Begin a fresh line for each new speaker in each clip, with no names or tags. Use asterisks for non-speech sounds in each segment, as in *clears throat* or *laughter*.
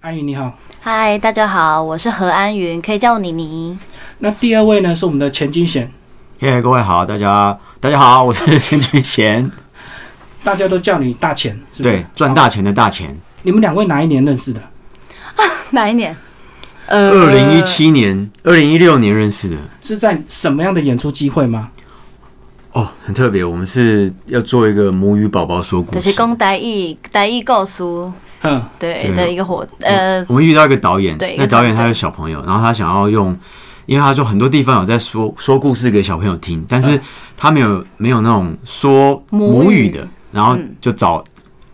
安云你好，
嗨，大家好，我是何安云，可以叫我妮妮。
那第二位呢是我们的钱金贤，
耶、各位好，大家大家好，我是钱俊贤，
大家都叫你大钱，是不是？
*laughs* 对，赚大钱的大钱。
你们两位哪一年认识的？
哪一年？呃
二零一。七年、二零一六年认识的，
是在什么样的演出机会吗？
哦，很特别。我们是要做一个母语宝宝说故
就
事
是。讲台语，台语告诉
嗯，
对
对
的一个活，呃，
我们遇到一个导演
对，
那导演
一
他
个导演
有小朋友，然后他想要用，因为他说很多地方有在说说故事给小朋友听，但是他没有没有那种说
母语
母语嗯的，然后就找、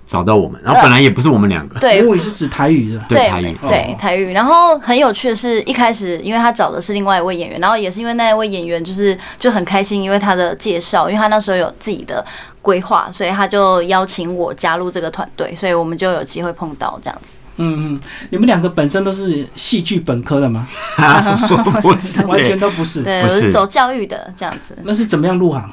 找到我们，然后本来也不是我们两个，
对
母语是指台语的。
嗯对
对
台语
对
哦
台语。然后很有趣的是，一开始因为他找的是另外一位演员，然后也是因为那一位演员就是就很开心，因为他的介绍，因为他那时候有自己的规划，所以他就邀请我加入这个团队，所以我们就有机会碰到这样子。
嗯嗯，你们两个本身都是戏剧本科的吗？
不是
*laughs* 完全都不是。
对，
不
我
是
是走教育的这样子。
那是怎么样入行？
*laughs*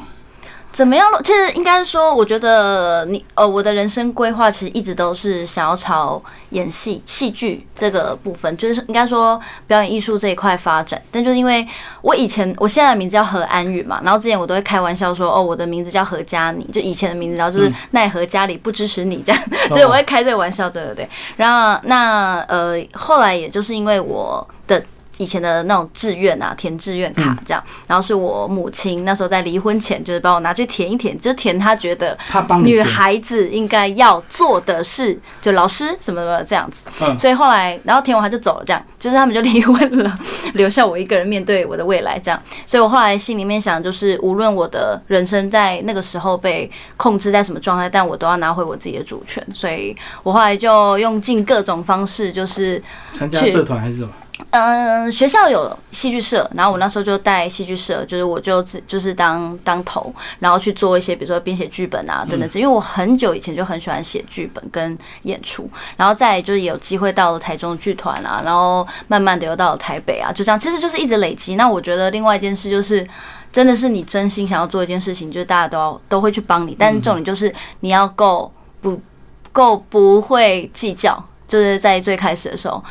怎么样录？其实应该说，我觉得你呃，我的人生规划其实一直都是想要朝演戏、戏剧这个部分，就是应该说表演艺术这一块发展。但就是因为我以前我现在的名字叫何安宇嘛，然后之前我都会开玩笑说，哦，我的名字叫何佳妮，就以前的名字，然后就是奈何家里不支持你这样， *laughs* 所以
哦
我会开这个玩笑，对对对。然后那呃，后来也就是因为我的。以前的那种志愿啊，填志愿卡这样，然后是我母亲那时候在离婚前，就是帮我拿去填一填，就填她觉得
他帮你
女
填
孩子应该要做的事，就老师什么的这样子。
嗯
所以后来，然后填完他就走了，这样，就是他们就离婚了， *laughs* 留下我一个人面对我的未来这样。所以我后来心里面想，就是无论我的人生在那个时候被控制在什么状态，但我都要拿回我自己的主权。所以我后来就用尽各种方式，就是
参加
去
社团还是什么？
嗯，学校有戏剧社，然后我那时候就带戏剧社，就是我就自就是当当头，然后去做一些比如说编写剧本啊等等，因为我很久以前就很喜欢写剧本跟演出，然后再来就是有机会到了台中剧团啊，然后慢慢的又到了台北啊，就这样，其实就是一直累积。那我觉得另外一件事就是。真的是你真心想要做一件事情，就是大家都要都会去帮你，但是重点就是你要够不够不会计较，就是在最开始的时候，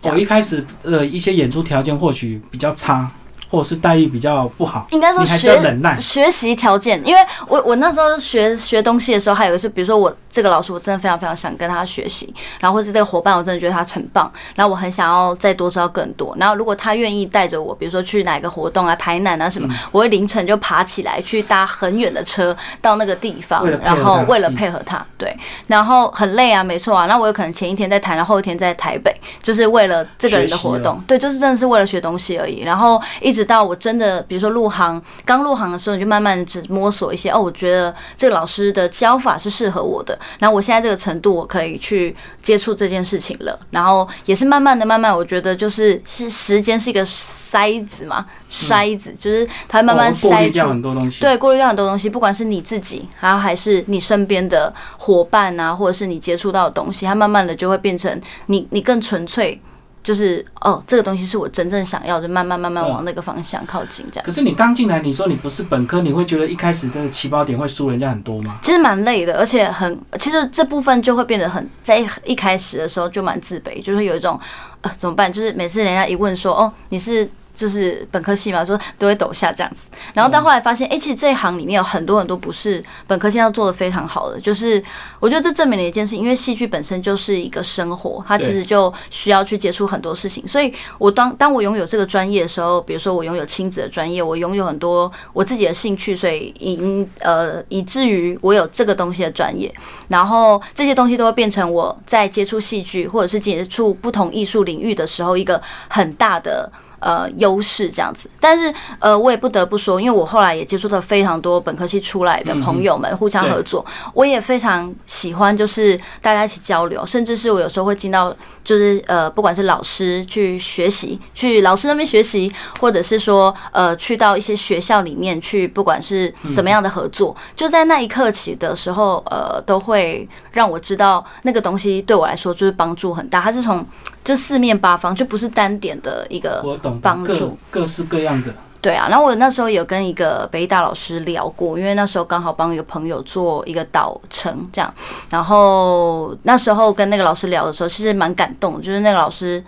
这
我
样
一开始呃一些演出条件或许比较差，或者是待遇比较不好，
应该说
你还是
学
要忍耐。
学习条件，因为我我那时候学学东西的时候，还有一个是，比如说我这个老师，我真的非常非常想跟他学习，然后或是这个伙伴，我真的觉得他很棒，然后我很想要再多知道更多。然后如果他愿意带着我，比如说去哪个活动啊，台南啊什
嗯
么，我会凌晨就爬起来去搭很远的车到那个地方
为了，配合
然后
他
为了
嗯
配合他，对，然后很累啊，没错啊。那我有可能前一天在台南，后一天在台北，就是为了这个人的活
学习啊
动，对，就是真的是为了学东西而已。然后一直到我真的，比如说入行，刚入行的时候，你就慢慢只摸索一些哦，我觉得这个老师的教法是适合我的。然后我现在这个程度，我可以去接触这件事情了。然后也是慢慢的、慢慢，我觉得就是是时间是一个筛子嘛，筛子、就是它慢慢
嗯哦过滤
筛
掉
出
很多东西。，
对，过滤掉很多东西，不管是你自己，还有还是你身边的伙伴啊，或者是你接触到的东西，它慢慢的就会变成你，你更纯粹，就是哦，这个东西是我真正想要的，就慢慢慢慢
嗯
往那个方向靠近，这样
可是你刚进来，你说你不是本科，你会觉得一开始这个起跑点会输人家很多吗？
其实蛮累的，而且很，其实这部分就会变得很，在一一开始的时候就蛮自卑，就会有一种，呃，怎么办？就是每次人家一问说，哦，你是就是本科系嘛，说都会抖下这样子。然后但后来发现，哎诶，其实这一行里面有很多很多不是本科系要做的非常好的，就是我觉得这证明了一件事情，因为戏剧本身就是一个生活，它其
对
实就需要去接触很多事情。所以我当当我拥有这个专业的时候，比如说我拥有亲子的专业，我拥有很多我自己的兴趣，所以以呃以至于我有这个东西的专业，然后这些东西都会变成我在接触戏剧或者是接触不同艺术领域的时候一个很大的。呃，优势这样子，但是呃，我也不得不说，因为我后来也接触了非常多本科系出来的朋友们，互相
对
合作，我也非常喜欢，就是大家一起交流，甚至是我有时候会进到就是呃，不管是老师去学习，去老师那边学习，或者是说呃，去到一些学校里面去，不管是怎么样的合作，就在那一刻起的时候，呃，都会让我知道那个东西对我来说就是帮助很大，它是从就四面八方，就不是单点的一个
我懂得
呃帮
各
助。
各式各样的，
对啊，然后我那时候有跟一个北艺大老师聊过，因为那时候刚好帮一个朋友做一个导程这样，然后那时候跟那个老师聊的时候，其实蛮感动，就是那个老师，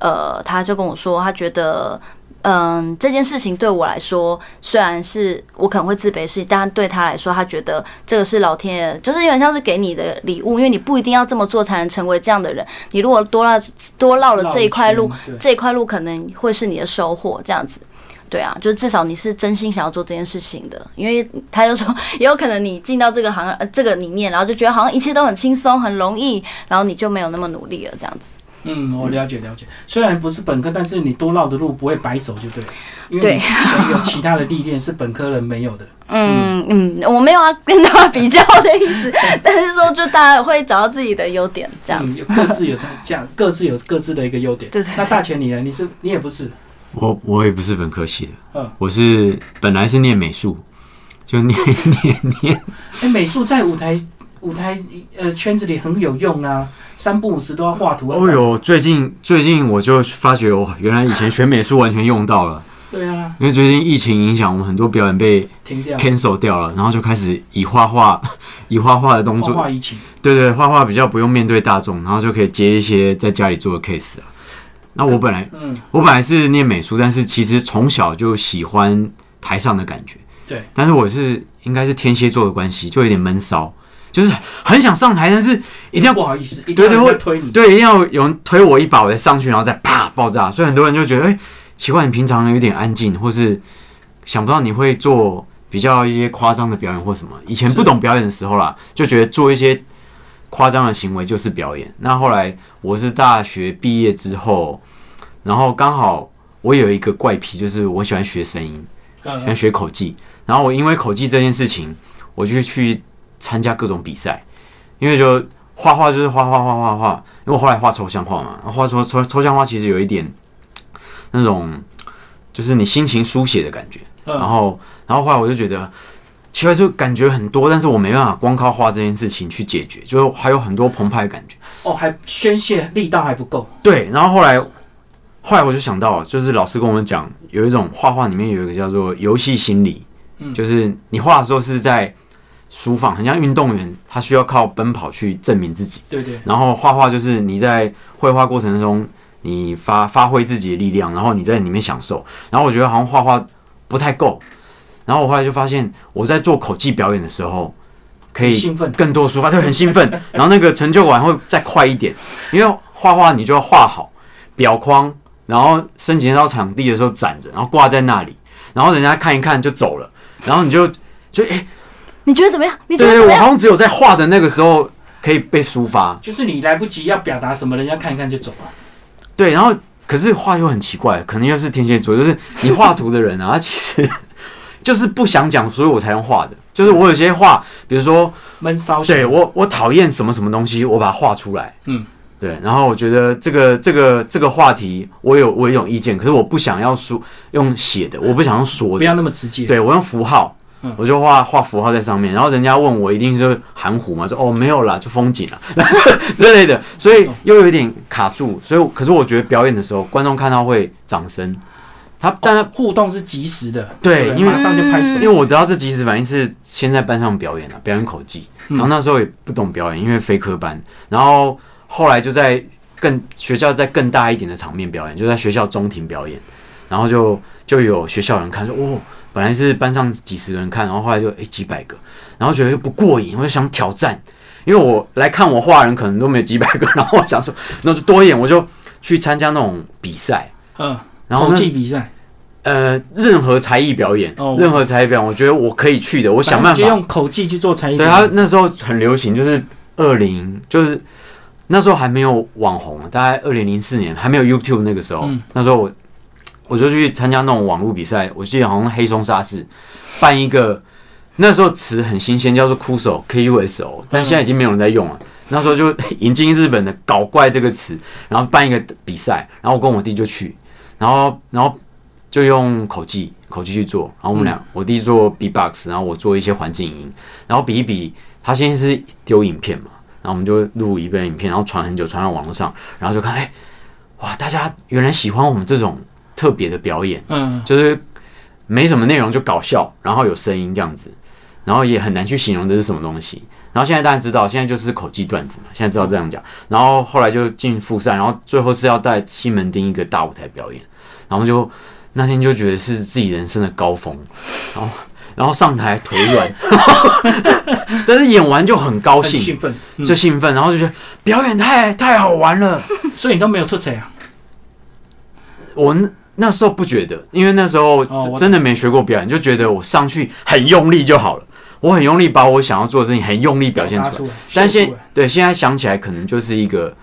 呃，他就跟我说，他觉得。嗯，这件事情对我来说，虽然是我可能会自卑的事情，但对他来说，他觉得这个是老天爷，就是有点像是给你的礼物，因为你不一定要这么做才能成为这样的人。你如果多绕多绕了这一块路
绕，圈，对
这一块路可能会是你的收获，这样子。对啊，就是至少你是真心想要做这件事情的，因为他就说，也有可能你进到这个行呃这个里面，然后就觉得好像一切都很轻松、很容易，然后你就没有那么努力了，这样子。
嗯，我了解了解。虽然不是本科，但是你多绕的路不会白走，就对了。因为
对
你可能有其他的历练是本科人没
*laughs*
有的。
嗯嗯，我没有要跟他们比较的意思，但是说就大家会找到自己的优点，这样子。
嗯，各自有这样，各自有各自的一个优点。
*laughs* 对对
那
对
大前你呢？你是你也不是，
我我也不是本科系的，
嗯，
我是本来是念美术，就念念念，
哎、美术在舞台舞台呃圈子里很有用啊，三不五时都要画图。
哦，哟，最近最近我就发觉，我原来以前学美术完全用到了，
对啊，
因为最近疫情影响，我们很多表演被
停掉，
cancel 掉了，然后就开始以画画 *laughs* 以画画的动
画
作，
画一起。
对对，画画比较不用面对大众，然后就可以接一些在家里做的 case 啊。那我本来
嗯，
我本来是念美术，但是其实从小就喜欢台上的感觉。
对，
但是我是应该是天蝎座的关系，就有点闷骚，就是很想上台，但是一定要
不好意思，一定要
对
人
会
家推你。
对，一定要有人推我一把，我才上去，然后再啪爆炸。所以很多人就觉得，哎、奇怪，你平常有点安静，或是想不到你会做比较一些夸张的表演或什么。以前不懂表演的时候啦，就觉得做一些夸张的行为就是表演。那后来我是大学毕业之后，然后刚好我有一个怪癖，就是我喜欢学声音，喜欢
嗯，
学口技。然后我因为口技这件事情，我就去参加各种比赛，因为就画画就是画画画画画，因为我后来画抽象画嘛，画抽抽抽象画其实有一点嘖那种就是你心情书写的感觉。
嗯
然后然后后来我就觉得。奇怪，就感觉很多，但是我没办法光靠画这件事情去解决，就是还有很多澎湃的感觉。
哦，还宣泄力道还不够。
对，然后后来，后来我就想到，就是老师跟我们讲，有一种画画里面有一个叫做游戏心理，
嗯
就是你画的时候是在舒放，很像运动员，他需要靠奔跑去证明自己。
对对，
然后画画就是你在绘画过程中，你发发挥自己的力量，然后你在里面享受。然后我觉得好像画画不太够，然后我后来就发现我在做口技表演的时候，可以
很兴奋
更多抒发，对，很兴奋。然后那个成就感会再快一点，因为画画你就要画好表框，然后升级到场地的时候展着，然后挂在那里，然后人家看一看就走了，然后你就就诶，
你觉得怎么样？你觉得
对
怎
我
么样？
好像只有在画的那个时候可以被抒发。
就是你来不及要表达什么，人家看一看就走了。
对，然后可是画又很奇怪，可能又是天蝎座，就是你画图的人啊，他 *laughs* 其实就是不想讲，所以我才用画的。就是我有些画，比如说，
闷骚型
对我我讨厌什么什么东西，我把它画出来，
嗯，
对。然后我觉得这个这个这个话题，我有我有意见，可是我不想要说用写的，我不想用说
不
的，
要那么直接。
对我用符号
嗯。
我就画画符号在上面，然后人家问我，一定就是含糊嘛，说哦没有啦，就风景啊 *laughs* 之类的，所以又有一点卡住，所以我可是我觉得表演的时候，观众看到会掌声，他但他
互动是及时的，
对
不
因为
马上就拍手
因。为我得到这即时反应是先在班上表演啊，表演口技，
嗯
然后那时候也不懂表演，因为非科班，然后后来就在更学校在更大一点的场面表演，就在学校中庭表演，然后就就有学校人看说哦。本来是班上几十个人看，然后后来就诶、几百个，然后觉得又不过瘾，我就想挑战，因为我来看我画的人可能都没有几百个，然后我想说那就多一点，我就去参加那种比赛，
嗯，
然后
口
那
技比赛，
呃，任何才艺表演，
哦
任何才艺表演，我觉得我可以去的，我想办
反正就
法。
用口技去做才艺
对
表
他
演。
那时候很流行，就是二零，就是那时候还没有网红，大概二零零四年还没有 YouTube 那个时候，
嗯
那时候我我就去参加那种网络比赛，我记得好像黑松沙士办一个，那时候词很新鲜，叫做哭手 K U S O，但现在已经没有人在用了。那时候就引进日本的“搞怪”这个词，然后办一个比赛，然后我跟我弟就去，然后然后就用口技口技去做，然后我们俩、我弟做 B-box，然后我做一些环境音，然后比一比，他先是丢影片嘛，然后我们就录一遍影片，然后传很久，传到网络上，然后就看，哎、哇，大家原来喜欢我们这种特别的表演，
嗯，
就是没什么内容就搞笑，然后有声音这样子，然后也很难去形容这是什么东西。然后现在大家知道，现在就是口技段子嘛，现在知道这样讲。然后后来就进复赛，然后最后是要在西门町一个大舞台表演，然后就那天就觉得是自己人生的高峰，然后然后上台腿软， *laughs* 但是演完就很高
很兴
兴，
奋，嗯
就兴奋，然后就觉得表演太太好玩了。
所以你都没有吐槽啊？
我那那时候不觉得，因为那时候
哦我
真的没学过表演，就觉得我上去很用力就好了，我很用力把我想要做的事情很用力表现
哦拿
出来。
来，
但
秀
现
出来
对现在想起来，可能就是一个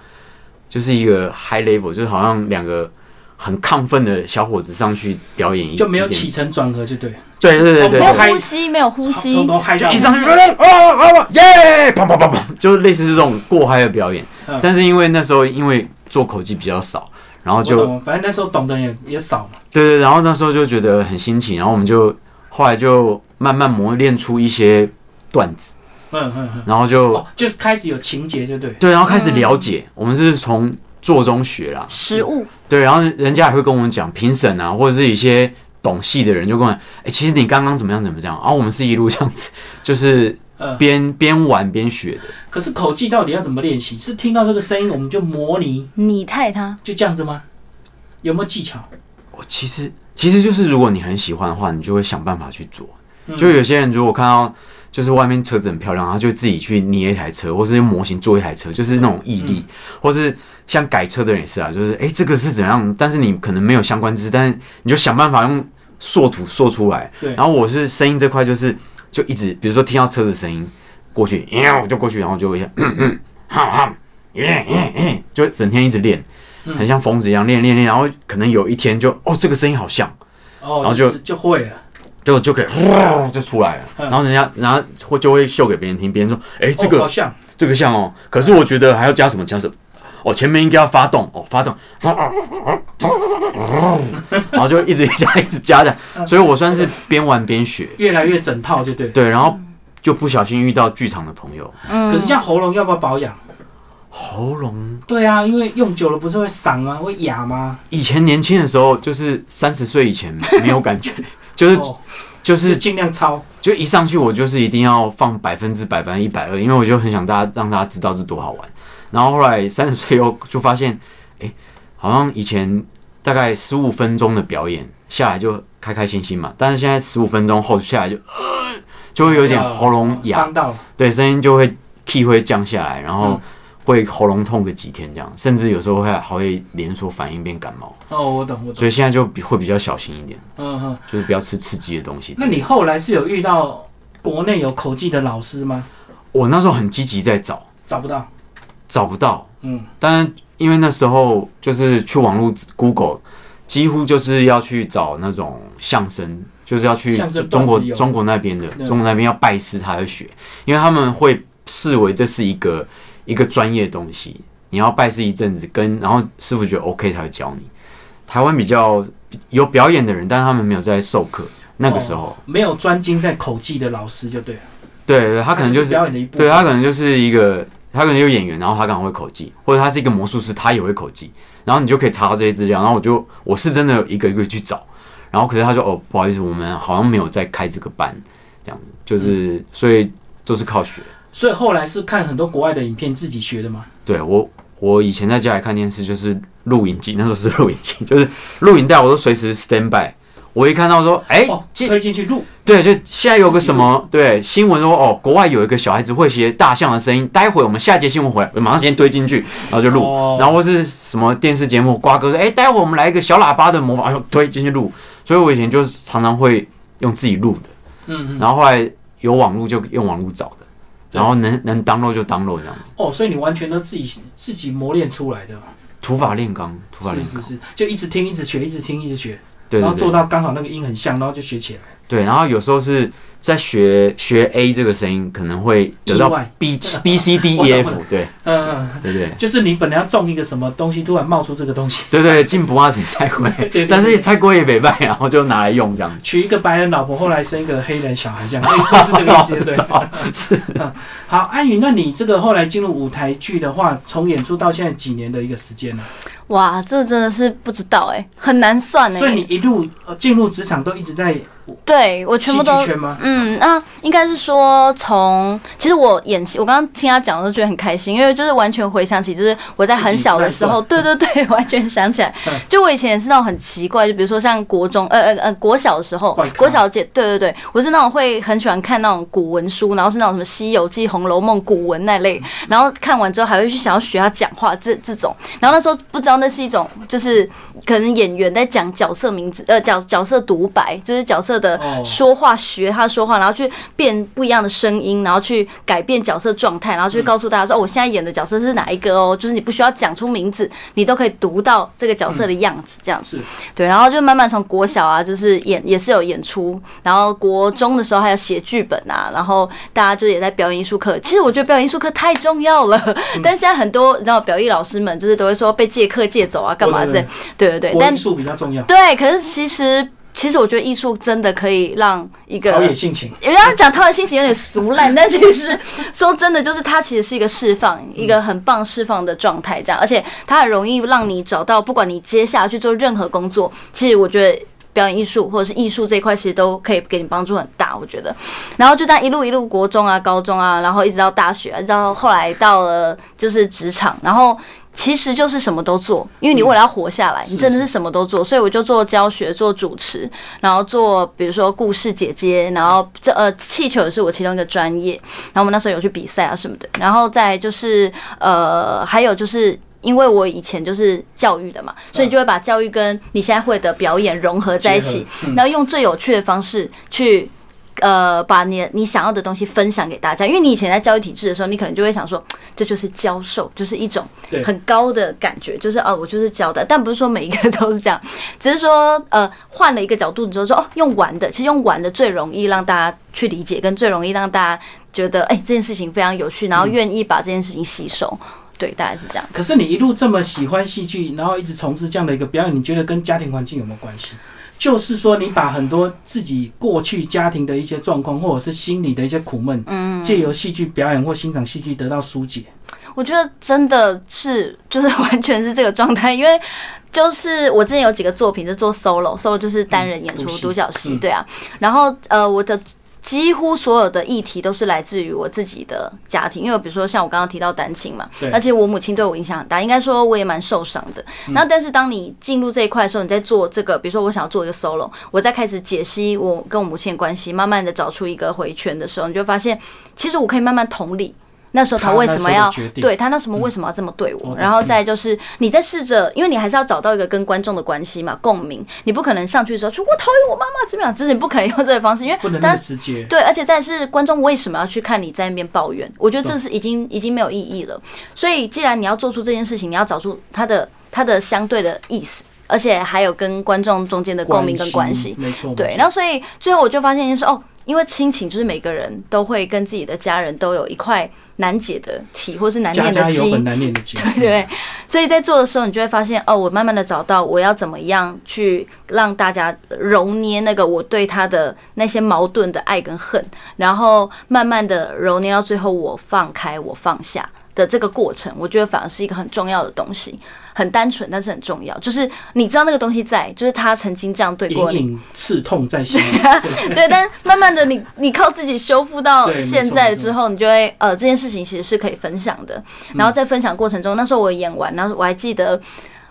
就是一个 high level，就是好像两个很亢奋的小伙子上去表演一，
就没有
一件
起，承转合，就对了，
对对对对
没有
对，
呼吸，没有呼吸
从，头嗨
就
到
一
尾
上去就哦哦哦耶，砰砰砰砰，就是类似这种过嗨的表演
嗯。
但是因为那时候因为做口技比较少，然后
我
就
懂，反正那时候懂的也也少嘛。
对对，然后那时候就觉得很新奇，然后我们就后来就慢慢磨练出一些段子，
嗯嗯嗯。
然后就、
哦，就是开始有情节，就对。
对，然后开始了解，我们是从做中学啦，
食物，
对，然后人家也会跟我们讲评审啊，或者是一些懂戏的人就跟我们，哎，其实你刚刚怎么样怎么样，然、后我们是一路这样子， *laughs* 就是
嗯。
边边玩边学的，
可是口技到底要怎么练习？是听到这个声音我们就模拟，
你太他，
就这样子吗？有没有技巧？
我其实其实就是如果你很喜欢的话，你就会想办法去做。
嗯
就有些人如果看到就是外面车子很漂亮，他就自己去捏一台车，或是用模型做一台车，就是那种毅
嗯
力，或是像改车的人也是啊，就是诶这个是怎样，但是你可能没有相关知识，但是你就想办法用塑图塑出来。
对
然后我是声音这块，就是就一直，比如说听到车子声音过去，呀我就过去，然后 *clears throat* 就一下，嗯嗯，哈哈。耶耶耶！就整天一直练，
嗯
很像疯子一样练练练，然后可能有一天就哦，这个声音好像，
哦，
然后
就是就会了。
就就可以呼就出来了，
嗯
然后人家然后会就会秀给别人听，别人说，哎、这
哦
个、
好像
这个像哦，可是我觉得还要加什么加什么，哦，前面应该要发动，哦，发动，然后就一直加一直加的，所以我算是边玩边学，
越来越整套，就对。
对，然后就不小心遇到剧场的朋友，
嗯，
可是这样喉咙要不要保养？
喉咙
对啊，因为用久了不是会嗓吗？会哑吗？
以前年轻的时候就是三十岁以前没有感觉，就是
哦，就
就
是尽量抄。
就一上去我就是一定要放百分之百百分之一百二，因为我就很想大家让大家知道这多好玩。然后后来三十岁后就发现，哎、好像以前大概十五分钟的表演下来就开开心心嘛，但是现在十五分钟后下来就、呃、就会有点喉咙
哦
哑，
伤嗯到了。
对，声音就会 key 会降下来，然后会喉咙痛个几天这样，甚至有时候会还会连锁反应变感冒，
哦，我懂，我懂
所。以现在就比会比较小心一点，
嗯哼，
就是不要吃刺激的东西。
那你后来是有遇到国内有口技的老师吗？
我那时候很积极在找，
找不到。
找不到。
嗯，
当然，因为那时候就是去网络 Google，几乎就是要去找那种相声，哦就是要去
相声
中国
段子有
中国那边的
嗯
中国那边要拜师才会学，因为他们会视为这是一个一个专业东西，你要拜师一阵子，跟然后师傅觉得 OK 才会教你。台湾比较有表演的人，但他们没有在授课。那个时候，
没有专精在口技的老师就对了。
对对，他可能就是
表演的一部分。
对他可能就是一个，他可能有演员，然后他可能会口技，或者他是一个魔术师，他也会口技，然后你就可以查到这些资料。然后我就我是真的有一个一个去找，然后可是他说哦，不好意思，我们好像没有在开这个班，这样子，就是、
嗯
所以都是靠学。
所以后来是看很多国外的影片自己学的吗？
对我，我以前在家里看电视就是录影机，那时候是录影机，就是录影带，我都随时 stand by。我一看到说，哎、
哦，
这
推进去录，
对，就现在有个什么对新闻说哦，国外有一个小孩子会学大象的声音，待会我们下节新闻回来，我马上先推进去，然后就录，
哦
然后或是什么电视节目瓜哥说，哎，待会我们来一个小喇叭的模仿，就推进去录。所以我以前就是常常会用自己录的，
嗯嗯。
然后后来有网络就用网络找的，
对
然后能能 download 就 download 这样子，
哦，所以你完全都自己自己磨练出来的嘛，
土法炼钢，土法炼
是
钢
是，是，就一直听，一直学，一直听，一直学，
对
然
对
后做
对，
到刚好那个音很像，然后就学起来。
对，然后有时候是在学学 A 这个声音，可能会得到
意外
B B C D
*laughs* 我
E
懂
F，对
嗯嗯，嗯
对对。
就是你本来要种一个什么东西，突然冒出这个东西，
对对，进不啊成菜 *laughs* 龟
对对，
但是菜龟也北拜，然后就拿来用这样子。
娶一个白人老婆，后来生一个黑人小孩，这样，哎就是这个意思，对不对。 *laughs* 嗯好，安宇，那你这个后来进入舞台剧的话，从演出到现在几年的一个时间呢？
哇，这真的是不知道哎、很难算哎、
所以你一路呃进入职场都一直在
对我全
戏
部都
剧圈吗？
嗯，那应该是说从，其实我演戏，我刚刚听他讲，我都觉得很开心，因为就是完全回想起，就是我在很小的时候，对对对， *laughs* 完全想起来
嗯，
就我以前也是那种很奇怪，就比如说像国中，呃呃呃，国小的时候
怪咖，
国小姐，对对对，我是那种会很喜欢看那种古文书，然后是那种什么《西游记》《红楼梦》古文那类，
嗯
然后看完之后还会去想要学他讲话这这种，然后那时候不知道那是一种就是可能演员在讲角色名字，呃角角色独白，就是角色的
哦
说话学他说话，然后去变不一样的声音，然后去改变角色状态，然后去
嗯
告诉大家说、哦，我现在演的角色是哪一个哦，就是你不需要讲出名字，你都可以读到这个角色的样子，这样子。
是
对，然后就慢慢从国小啊，就是演也是有演出，然后国中的时候还有写剧本啊，然后大家就也在表演艺术课。其实我觉得表演艺术课太重要了，
嗯
但现在很多你知道表艺老师们就是都会说被借课借走啊，干嘛
对
这
对？
对对对，
国
但
艺术比较重要，
对，可是其实其实我觉得艺术真的可以让一个
陶冶性情。
人家讲他的心情有点俗烂，但其实说真的，就是它其实是一个释放，一个很棒释放的状态，这样，而且它很容易让你找到，不管你接下来去做任何工作，其实我觉得。表演艺术或者是艺术这一块，其实都可以给你帮助很大，我觉得。然后就这样一路一路，国中啊、高中啊，然后一直到大学，一直到后来到了就是呃职场，啊然后其实就是什么都做，因为你为了要活下来，你真的是什么都做。所以我就做教学、做主持，然后做比如说故事姐姐，然后这呃气球也是我其中一个专业。然后我们那时候有去比赛啊什么的，然后再就是呃还有就是。因为我以前就是教育的嘛，所以你就会把教育跟你现在会的表演融合在一起，
嗯
然后用最有趣的方式去呃，把你你想要的东西分享给大家，因为你以前在教育体制的时候，你可能就会想说，这就是教授，就是一种
对
很高的感觉，就是哦，我就是教的，但不是说每一个都是这样，只是说呃，换了一个角度，你就说哦，用玩的，其实用玩的最容易让大家去理解，跟最容易让大家觉得哎、这件事情非常有趣，然后愿意把这件事情吸收，对，大概是这样。
可是你一路这么喜欢戏剧，然后一直从事这样的一个表演，你觉得跟家庭环境有没有关系？就是说，你把很多自己过去家庭的一些状况，或者是心里的一些苦闷，嗯，借由戏剧表演或欣赏戏剧得到疏解。
我觉得真的是就是完全是这个状态，因为就是我之前有几个作品是做 solo，solo 就是单人演出
嗯独戏
独角戏，
嗯
对啊，然后呃我的。几乎所有的议题都是来自于我自己的家庭，因为比如说像我刚刚提到单亲嘛
对，
那其实我母亲对我影响很大，应该说我也蛮受伤的。
嗯
那但是当你进入这一块的时候，你在做这个，比如说我想要做一个 solo，我在开始解析我跟我母亲的关系，慢慢的找出一个回圈的时候，你就发现其实我可以慢慢同理那时候他为什
他那时候
么
的
要
决定
对他那什么为什么要这么对我，
嗯
然后再来就是你在试着，因为你还是要找到一个跟观众的关系嘛，共鸣，你不可能上去说说我讨厌我妈妈怎么样，就是你不可能用这个方式，因
不能
为
那么
但
直接。
对，而且再是观众为什么要去看你在那边抱怨？我觉得这是已经已经没有意义了。所以既然你要做出这件事情，你要找出它的它的相对的意思，而且还有跟观众中间的共鸣跟关系。
没错。
对，然后所以最后我就发现一件事哦，因为亲情就是每个人都会跟自己的家人都有一块难解的题，或是难
家
念
家
的
有本
经。
难念的经。
*laughs* 对不对，所以在做的时候，你就会发现哦，我慢慢的找到我要怎么样去让大家揉捏那个我对他的那些矛盾的爱跟恨，然后慢慢的揉捏到最后，我放开，我放下的这个过程，我觉得反而是一个很重要的东西，很单纯，但是很重要。就是你知道那个东西在，就是他曾经这样对过
隐
你，
隐刺痛在心。
*laughs* 对，但是慢慢的你，你靠自己修复到
对没错
现在之后，你就会呃，这件事情其实是可以分享的。
嗯
然后在分享过程中，那时候我演完，然后我还记得。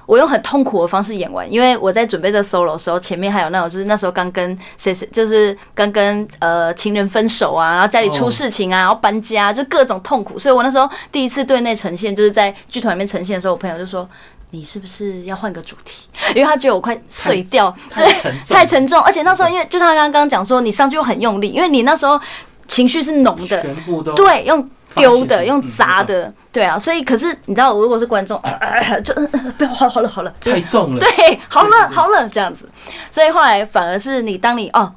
我用很痛苦的方式演完，因为我在准备这 solo 的时候，前面还有那种就是那时候刚跟谁谁，就是刚跟呃情人分手啊，然后家里
哦
出事情啊，然后搬家，就各种痛苦。所以我那时候第一次对内呈现，就是在剧团里面呈现的时候，我朋友就说：“你是不是要换个主题？”因为他觉得我快碎掉，
太沉重
*laughs* 太沉重，而且那时候因为就像他刚刚讲说，你上去又很用力，因为你那时候情绪是浓啊的，
全部都
对，用丢的，用砸
砸
的，对啊，所以可是你知道，如果是观众，呃呃呃就呃 *laughs* 呃不要好了好了好了，就
太重了。
对，好
对对
了
对
好了这样子，所以后来反而是你当你哦，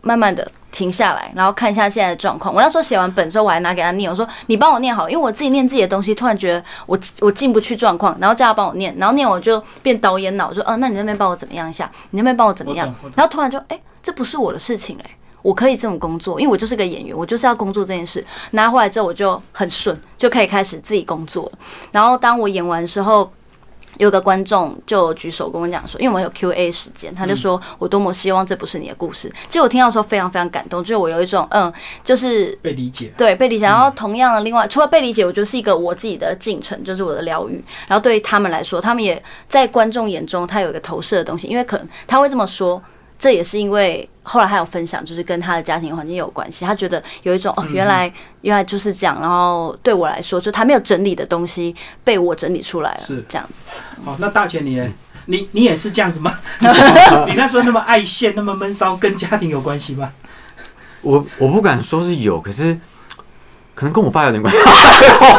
慢慢的停下来，然后看一下现在的状况。我那时候写完本之后，我还拿给他念，我说你帮我念好了，因为我自己念自己的东西，突然觉得我我进不去状况，然后叫他帮我念，然后念我就变导演脑，我说哦、那你那边帮我怎么样一下，你那边帮我怎么样
我懂我懂，
然后突然就哎、这不是我的事情嘞、我可以这么工作，因为我就是个演员，我就是要工作这件事。拿回来之后，我就很顺，就可以开始自己工作了。然后当我演完之后，有个观众就举手跟我讲说，因为我们有 Q&A 时间，他就说我多么希望这不是你的故事。其实我听到的时候非常非常感动，就是我有一种嗯，就是
被理解。
对被理解，然后同样的，另外除了被理解，我觉得是一个我自己的进程，就是我的疗愈。然后对于他们来说，他们也在观众眼中，他有一个投射的东西，因为可能他会这么说。这也是因为后来他有分享，就是跟他的家庭环境有关系。他觉得有一种
嗯
哦，原来原来就是这样。然后对我来说，就他没有整理的东西被我整理出来了，
是
这样子。
哦，那大姐你
嗯
呢？你你也是这样子
*laughs*
吗？ *laughs* 你那时候那么爱现，那么闷骚，跟家庭有关系
*laughs*
吗？
我我不敢说是有，可是可能跟我爸有点 *laughs* 关系。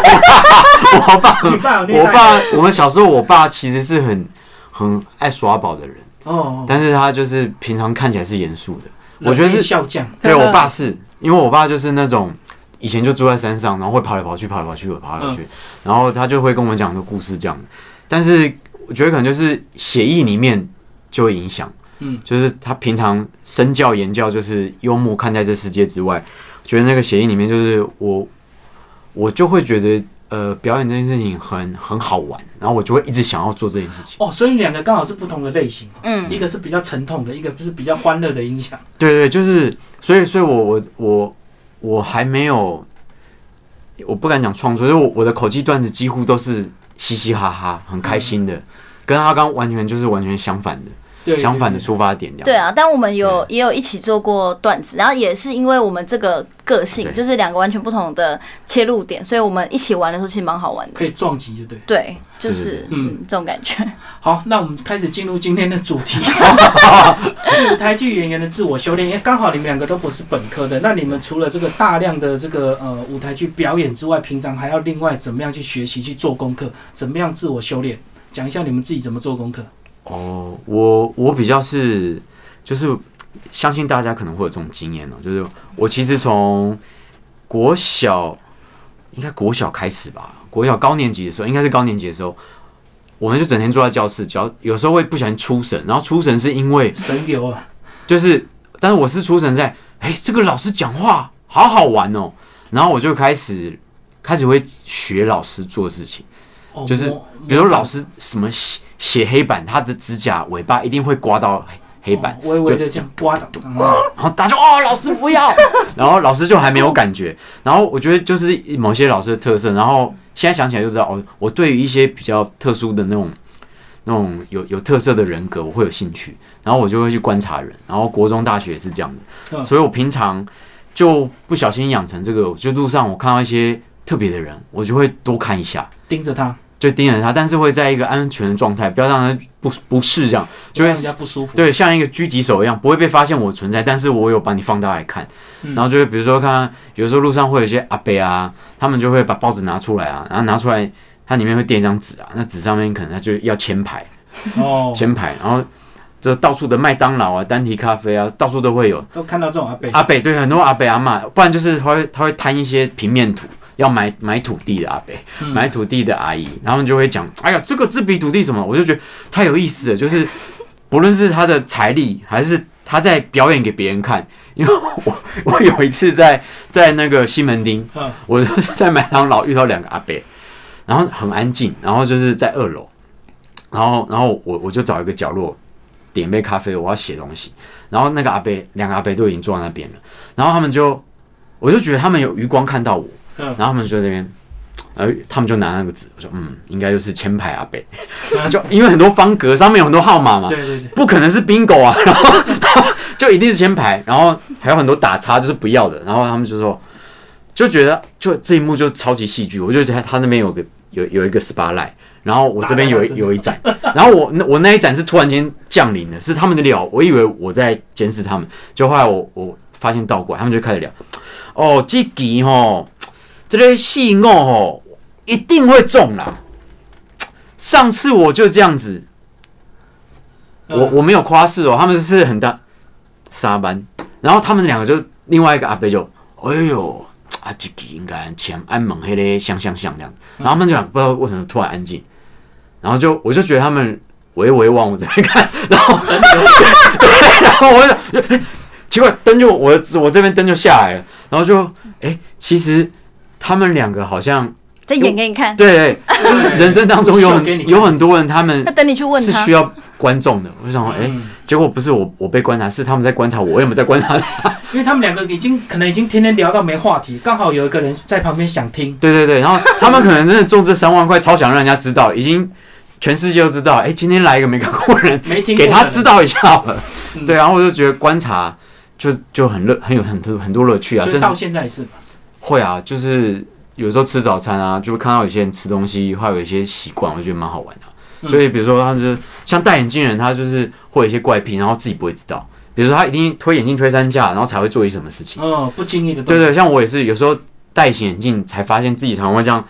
我爸，
你爸有虐
我
待
爸，我们小时候，我爸其实是很很爱耍宝的人，
哦，
但是他就是平常看起来是严肃的。
冷
我觉得
面
是
笑匠，
对我爸是因为我爸就是那种以前就住在山上，然后会跑来跑去，跑来跑去，跑来跑去，然后他就会跟我们讲个故事这样。但是我觉得可能就是写意里面就会影响，
嗯，
就是他平常身教言教就是幽默看待这世界之外，觉得那个写意里面就是我我就会觉得呃表演这件事情很很好玩，然后我就会一直想要做这件事情。
哦，所以你两个刚好是不同的类型，
嗯
一个是比较沉痛的，一个是比较欢乐的影响。
对对，就是所以，所以我我我我还没有，我不敢讲创作，因为我我的口技段子几乎都是嘻嘻哈哈，很开心的，跟他刚完全就是完全相反的，
嗯对，对
相反的，出发点这样。
对啊，但我们有也有一起做过段子，然后也是因为我们这个个性，
对
就是两个完全不同的切入点，所以我们一起玩的时候其实蛮好玩
对
的。
可以撞击，就对。
对，就
对
是
对
嗯
嗯这种感觉。
好，那我们开始进入今天的主
*laughs*
题，舞台剧演员的自我修炼。因为刚好你们两个都不是本科的，那你们除了这个大量的这个呃舞台剧表演之外，平常还要另外怎么样去学习、去做功课，怎么样自我修炼？讲一下你们自己怎么做功课。
哦，我我比较是就是相信大家可能会有这种经验哦，就是我其实从国小应该国小开始吧，国小高年级的时候，应该是高年级的时候，我们就整天坐在教室，只要有时候会不小心出神，然后出神是因为
神游啊，
就是，但是我是出神在，哎、这个老师讲话好好玩哦，然后我就开始开始会学老师做事情。
哦
就是
模
比如老师什么写写黑板，他的指甲尾巴一定会刮到黑黑板，
哦微微的这样刮到，嗯
然后大家就哦，老师不要， *laughs* 然后老师就还没有感觉。然后我觉得就是某些老师的特色，然后现在想起来就知道哦，我对于一些比较特殊的那种那种有有特色的人格，我会有兴趣，然后我就会去观察人。然后国中、大学也是这样的，
嗯
所以我平常就不小心养成这个，就路上我看到一些特别的人，我就会多看一下。
盯着他，
就盯着他，但是会在一个安全的状态，不要让他不不适这样，
就
就会
让人家不舒服。
对像一个狙击手一样，不会被发现我存在，但是我有把你放大来看，
嗯
然后就会比如说看，有时候路上会有一些阿伯啊，他们就会把报纸拿出来啊，然后拿出来，它里面会垫一张纸啊，那纸上面可能他就要签牌，
哦，
签牌，然后这到处的麦当劳啊、丹提咖啡啊，到处都会有
都看到这种阿贝，
阿北对很多阿北阿妈，不然就是他会他会摊一些平面图，要买买土地的阿北，
嗯
买土地的阿姨，然后他们就会讲，哎呀，这个这笔土地什么，我就觉得太有意思了，就是 *laughs* 不论是他的财力还是。他在表演给别人看，因为我我有一次在在那个西门町，
嗯
我就是在麦当劳遇到两个阿伯，然后很安静，然后就是在二楼，然后然后我我就找一个角落点杯咖啡，我要写东西，然后那个阿伯两个阿伯都已经坐在那边了，然后他们就我就觉得他们有余光看到我，
嗯，
然后他们就在那边，呃，他们就拿那个纸，我说嗯，应该就是千牌阿伯， *laughs* 就因为很多方格上面有很多号码嘛，
对对对，
不可能是 bingo 啊， *laughs* 然后就一定是先排，然后还有很多打叉就是不要的，然后他们就说就觉得就这一幕就超级戏剧，我就觉得他那边有个有有一个 spotlight，然后我这边有
打在他身上
一有一盏，然后我那我那一盏是突然间降临的，是他们的聊，我以为我在监视他们，就后来我我发现倒过来，他们就开始聊，哦，这集吼，这个戏我吼一定会中啦，上次我就这样子。我
嗯
我没有夸饰哦，他们是很大沙班，然后他们两个就另外一个阿伯就，哎呦，啊，这个应该前安猛黑嘞，像像像这样，
嗯
然后他们就不知道为什么突然安静，然后就我就觉得他们微微往我这边看， *laughs* 然后对，然后我就哎奇怪灯就我我这边灯就下来了，然后就哎、其实他们两个好像
再演给你看，
对，人生当中有
秀给你
很
看
有很多人，他们
那等你去问
是
他
需。要观众的。我就想说，哎、
嗯
结果不是我我被观察，是他们在观察我，我有没有在观察？
*laughs* 因为他们两个已经可能已经天天聊到没话题，刚好有一个人在旁边想听，
对对对，然后他们可能真的中这三万块，超想让人家知道，已经全世界都知道。哎、今天来一个没看过
*laughs*
的人，
没听过
给
的
他
人
知道一下好了。
嗯
对，然后我就觉得观察就就很乐，很有很多很多乐趣啊，
所
甚
以
至
到现在也是嘛，
会啊，就是有时候吃早餐啊，就会看到有些人吃东西，还有一些习惯，我觉得蛮好玩的。啊
嗯
所以比如说，他就是像戴眼镜人，他就是会有一些怪癖，然后自己不会知道。比如说，他一定推眼镜推三下，然后才会做一些什么事情。
哦，不经意的东
对
西，
对，像我也是，有时候戴起眼镜才发现自己常常会这样，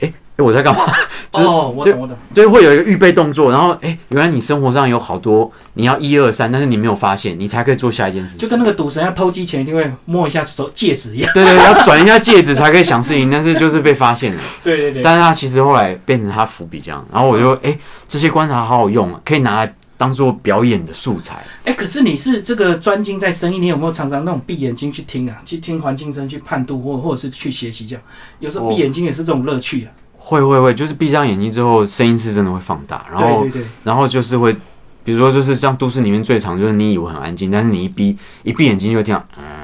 哎、诶我在干嘛？ *laughs* 就是
哦，我
对
懂我懂，
就是会有一个预备动作，然后哎、诶原来你生活上有好多你要一二三，但是你没有发现，你才可以做下一件事情。
就跟那个赌神要偷鸡前一定会摸一下手戒指一
*laughs*
样，
对对，对要转一下戒指才可以想事情，但是就是被发现了。
对对对，
但是他其实后来变成他伏笔这样，然后我就哎、诶这些观察好好用，啊，可以拿来当做表演的素材。
*laughs* 哎、可是你是这个专精在生意，你有没有常常那种闭眼睛去听啊，去听环境声去判读，或或者是去学习这样？有
哦
时候闭眼睛也是这种乐趣啊。
会会会，就是闭上眼睛之后，声音是真的会放大，然后
对对对，
然后就是会，比如说就是像都市里面最常就是你以为很安静，但是你一闭一闭眼睛就会听到，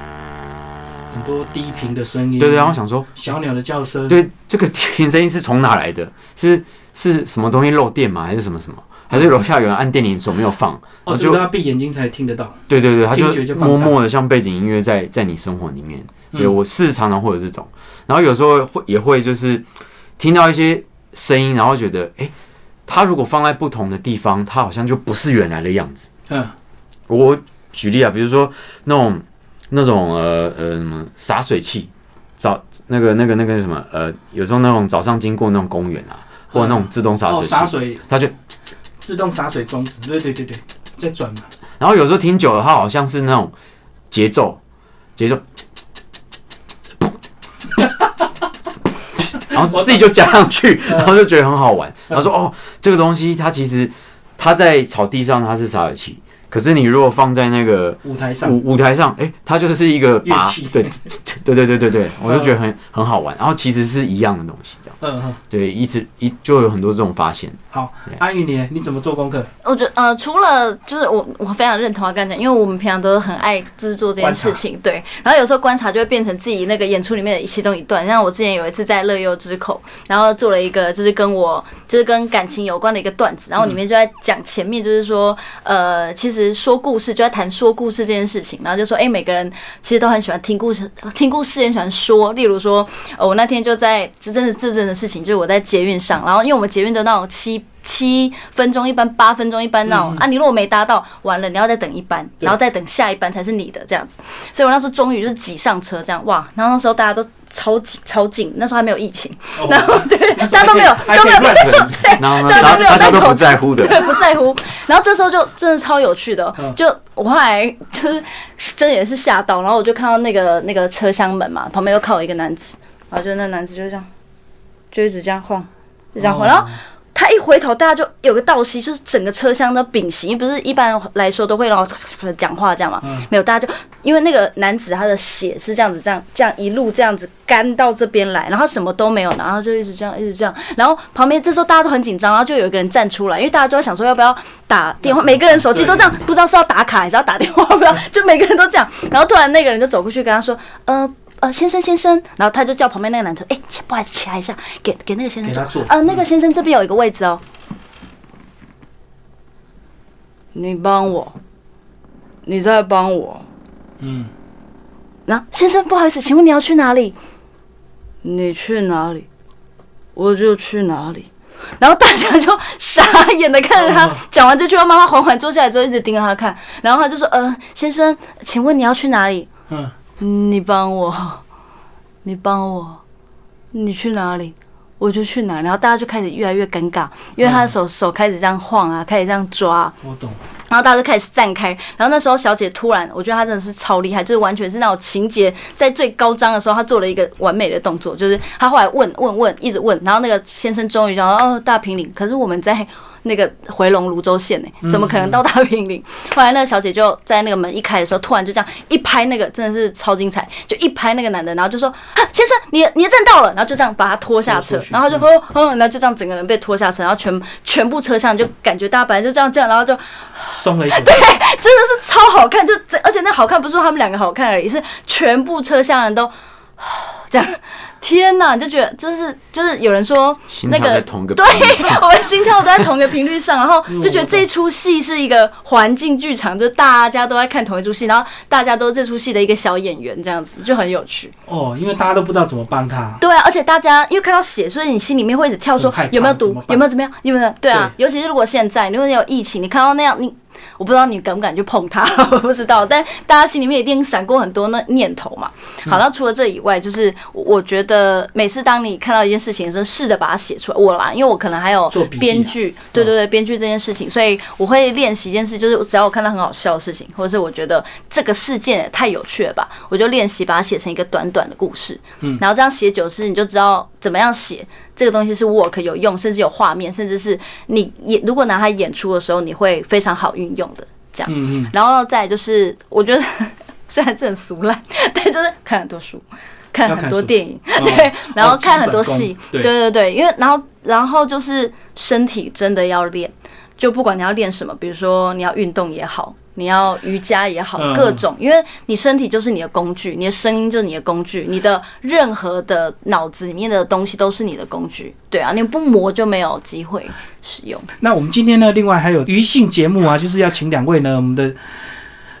嗯，
很多低频的声音，
对对，然后想说，
小鸟的叫声，，
对这个听声音是从哪来的？是是什么东西漏电吗？还是什么什么？还是楼下有人按电铃手没有放？
哦，
我
这
就
个要闭眼睛才听得到。
对对对，它
听觉就
就
放大
默默的像背景音乐在在你生活里面。对
嗯
我是常常会有这种，然后有时候会也会就是听到一些声音，然后觉得诶，它如果放在不同的地方，它好像就不是原来的样子。
嗯，
我举例啊，比如说那种那种呃呃什么洒水器，早那个那个那个什么呃，有时候那种早上经过那种公园啊，或者那种自动洒
哦，
水器，
洒水
它就
自动洒水装置，对对对对，在转嘛。
然后有时候听久了，它好像是那种节奏节奏， *laughs* 然后自己就加上去，
嗯
然后就觉得很好玩。然后说哦，这个东西它其实它在草地上它是洒水器，可是你如果放在那个
舞台上，
嗯
舞舞台上，哎、它就是一个
乐
拔
器，
对， *laughs* 对对对对对，
嗯
我就觉得很很好玩。然后其实是一样的东西，这样
嗯嗯，
对，一直一就有很多这种发现。
好
对，
安宇你你怎么做功课？
我觉得呃，除了就是我我非常认同啊，刚才讲，因为我们平常都很爱就是做这件事情，对。然后有时候观察就会变成自己那个演出里面的其中一段。像我之前有一次在乐悠之口，然后做了一个就是跟我就是跟感情有关的一个段子，然后里面就在讲前面就是说呃，其实说故事就在谈说故事这件事情，然后就说哎、每个人其实都很喜欢听故事，听故事也喜欢说。例如说，呃，我那天就在这真的这真的事情，就是我在捷运上，然后因为我们捷运的那种七。七分钟一班，八分钟一班那种、
嗯
啊，你如果没搭到，完了你要再等一班，
对
然后再等下一班才是你的这样子。所以我那时候终于就是挤上车这样，哇！然后那时候大家都超紧超紧，那时候还没有疫情，
哦
然后对，大家都没有
还
都
可
没
以
有
乱整，
然后呢，
对
大
都没有
大家都
戴口
不在
*laughs*
乎的，
对，不在乎。然后这时候就真的超有趣的哦、
嗯
就我后来 *laughs* 就是真的也是吓到，然后我就看到那个那个车厢门嘛，旁边又靠我一个男子，然后就那男子就这样，就一直这样晃，就这样晃， *laughs*
哦
然后。他一回头，大家就有个倒吸，就是整个车厢都屏息，因为不是一般来说都会然后 *laughs* 讲话这样嘛，
嗯
没有，大家就因为那个男子他的血是这样子，这样这样一路这样子干到这边来，然后什么都没有，然后就一直这样一直这样，然后旁边这时候大家都很紧张，然后就有一个人站出来，因为大家都在想说要不要打电话，每个人手机都这样，不知道是要打卡还是要打电话，不知道，就每个人都这样，然后突然那个人就走过去跟他说，呃。呃，先生，先生，然后他就叫旁边那个男的，哎、起不好意思，起来一下，给给那个先生
给他坐
呃，那个先生这边有一个位置哦，你帮我，你在帮我。
嗯，
然后先生，不好意思，请问你要去哪里？你去哪里，我就去哪里。然后大家就傻眼的看着他
嗯
讲完这句话，妈妈缓缓坐下来之后一直盯着他看，然后他就说：“呃，先生，请问你要去哪里？
嗯，
你帮我，你帮我，你去哪里？我就去哪里。”然后大家就开始越来越尴尬，因为他的手、手开始这样晃啊，开始这样抓啊、
我懂，
然后大家就开始散开，然后那时候小姐突然，我觉得她真的是超厉害，就是完全是那种情节在最高涨的时候，她做了一个完美的动作，就是她后来问问问，一直问，然后那个先生终于讲哦大平林，可是我们在那个回龙泸州县呢、怎么可能到达平林？后来那个小姐就在那个门一开的时候，突然就这样一拍那个，真的是超精彩，就一拍那个男的，然后就说：“啊，先生，你你的站到了。”然后就这样把他拖下车
拖出，去
然后他就哦嗯，然后就这样整个人被拖下车，然后全全部车厢就感觉大家本来就这样这样，然后就
松
*laughs*
了一口气。
真的是超好看，就这而且那好看不是说他们两个好看而已，是全部车厢人都 *sighs* 这样。天呐，你就觉得真是就是有人说
心
那
跳
个
在同一个频
对
率上，
*laughs*
嗯
我们心跳都在同一个频率上，然
*laughs*
后就觉得这一出戏是一个环境剧场，就大家都在看同一出戏，然后大家都是这出戏的一个小演员这样子，就很有趣。
哦，因为大家都不知道怎么帮他。
对啊，而且大家因为看到血，所以你心里面会一直跳说
很害怕
有没有毒
怎么，办
有没有怎么样，有没有对啊？尤其是如果现在如果你有疫情，你看到那样，你我不知道你敢不敢去碰它， *laughs* 我不知道，但大家心里面一定闪过很多那念头嘛。好，那除了这以外，就是我我觉得每次当你看到一件事情的时候，试着把它写出来。我啦，因为我可能还有
做笔记啊
编剧，对对对，编剧这件事情，所以我会练习一件事，就是只要我看到很好笑的事情，或者是我觉得这个事件也太有趣了吧，我就练习把它写成一个短短的故事。嗯，然后这样写久之，你就知道怎么样写这个东西是 work 有用，甚至有画面，甚至是你演如果拿它演出的时候，你会非常好运用的。这样，
嗯
*laughs*
嗯，
然后再来就是，我觉得 *laughs* 虽然这很俗烂， *laughs* 但就是看很多书，看
要
很
看
多
书
电影，
哦
*laughs* 对，然后看很多
基本
戏
功，
对
对
对对，因为然后然后就是身体真的要练，就不管你要练什么，比如说你要运动也好。你要瑜伽也好，
嗯
各种，因为你身体就是你的工具，你的声音就是你的工具，你的任何的脑子里面的东西都是你的工具，对啊，你不磨就没有机会使用。
那我们今天呢，另外还有余兴节目啊， *laughs* 就是要请两位呢，我们的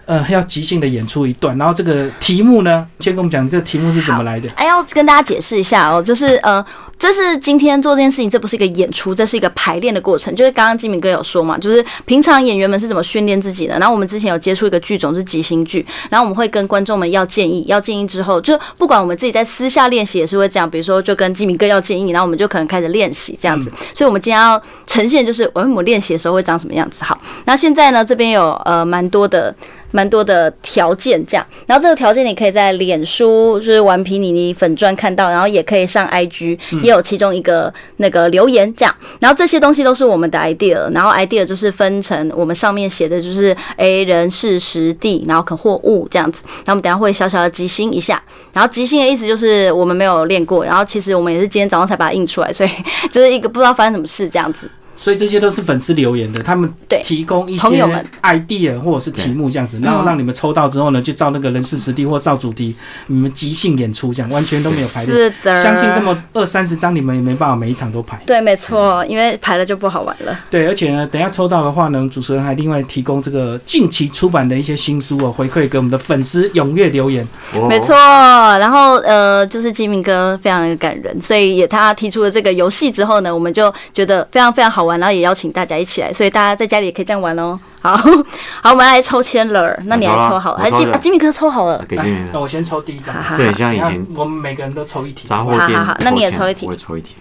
呃要即兴的演出一段。然后这个题目呢，先跟我们讲这个题目是怎么来的。
哎，要跟大家解释一下哦，就是呃，这是今天做这件事情，这不是一个演出，这是一个排练的过程。就是刚刚金明哥有说嘛，就是平常演员们是怎么训练自己的。然后我们之前有接触一个剧种是即兴剧，然后我们会跟观众们要建议，要建议之后，就不管我们自己在私下练习也是会这样，比如说就跟金明哥要建议，然后我们就可能开始练习这样子。所以我们今天要呈现就是哎我们练习的时候会长什么样子。好，那现在呢这边有呃蛮多的蛮多的条件这样，然后这个条件你可以在脸书就是顽皮妮妮粉砖看到，然后也可以上 IG，也
嗯
有其中一个那个留言这样，然后这些东西都是我们的 idea，然后 idea 就是分成我们上面写的就是诶人事实地，然后可或物这样子，然后我们等一下会小小的即兴一下，然后即兴的意思就是我们没有练过，然后其实我们也是今天早上才把它印出来，所以就是一个不知道发生什么事这样子。
所以这些都是粉丝留言的，他们
对
提供一些
朋友们嗯
idea 或者是题目这样子，然后让你们抽到之后呢，就照那个人事实地或照主题，你们即兴演出这样，完全都没有排练。
是的，
相信这么二三十张，你们也没办法每一场都排。
对，没错，因为排了就不好玩了。
对，而且呢，等一下抽到的话呢，主持人还另外提供这个近期出版的一些新书哦，回馈给我们的粉丝踊跃留言。
哦
*laughs* 没错，然后呃，就是金明哥非常的感人，所以也他提出了这个游戏之后呢，我们就觉得非常非常好玩，然后也邀请大家一起来，所以大家在家里也可以这样玩哦。好，好，我们来抽签了，那你来
我抽啊
抽好了，
我
还是
抽
金
的
啊金明哥抽好了，
哦给
来
金明
那我先抽第一张
好。好
这很像以前
等一下我们每个人都抽一题。
杂货店
好好好那你也抽一题
我也抽一题。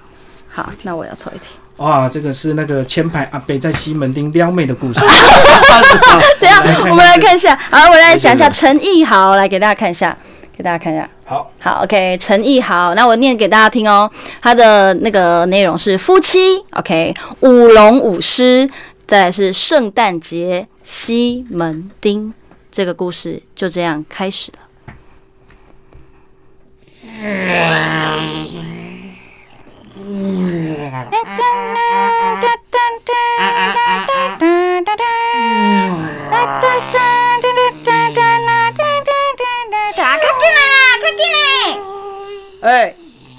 好，那我要抽一题。 *laughs*
哇，这个是那个前排阿北在西门町撩妹的故
*laughs*
事。来看一
等一下
下
我们来看一下，好，我来讲一下陈意豪，来给大家看一下，给大家看一下。
好，
好，OK，陈意豪，那我念给大家听哦。他的那个内容是夫妻，OK，舞龙舞狮，再来是圣诞节西门町，这个故事就这样开始了。
快进来啦！快进来！
哎，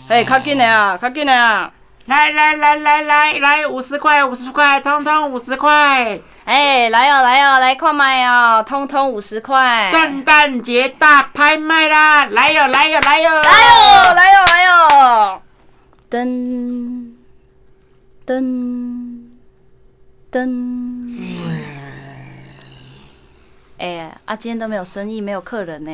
哎，靠近来啊，靠近来啊！
来来来来来来，五十块五十块，通通五十块！
哎，来哦，来哦，来快买哦，通通五十块。
圣诞节大拍卖啦！来哟来哟来哟！
哎来哟，哦来哟，来哟！噔噔噔！哎、啊，今天都没有生意，没有客人呢、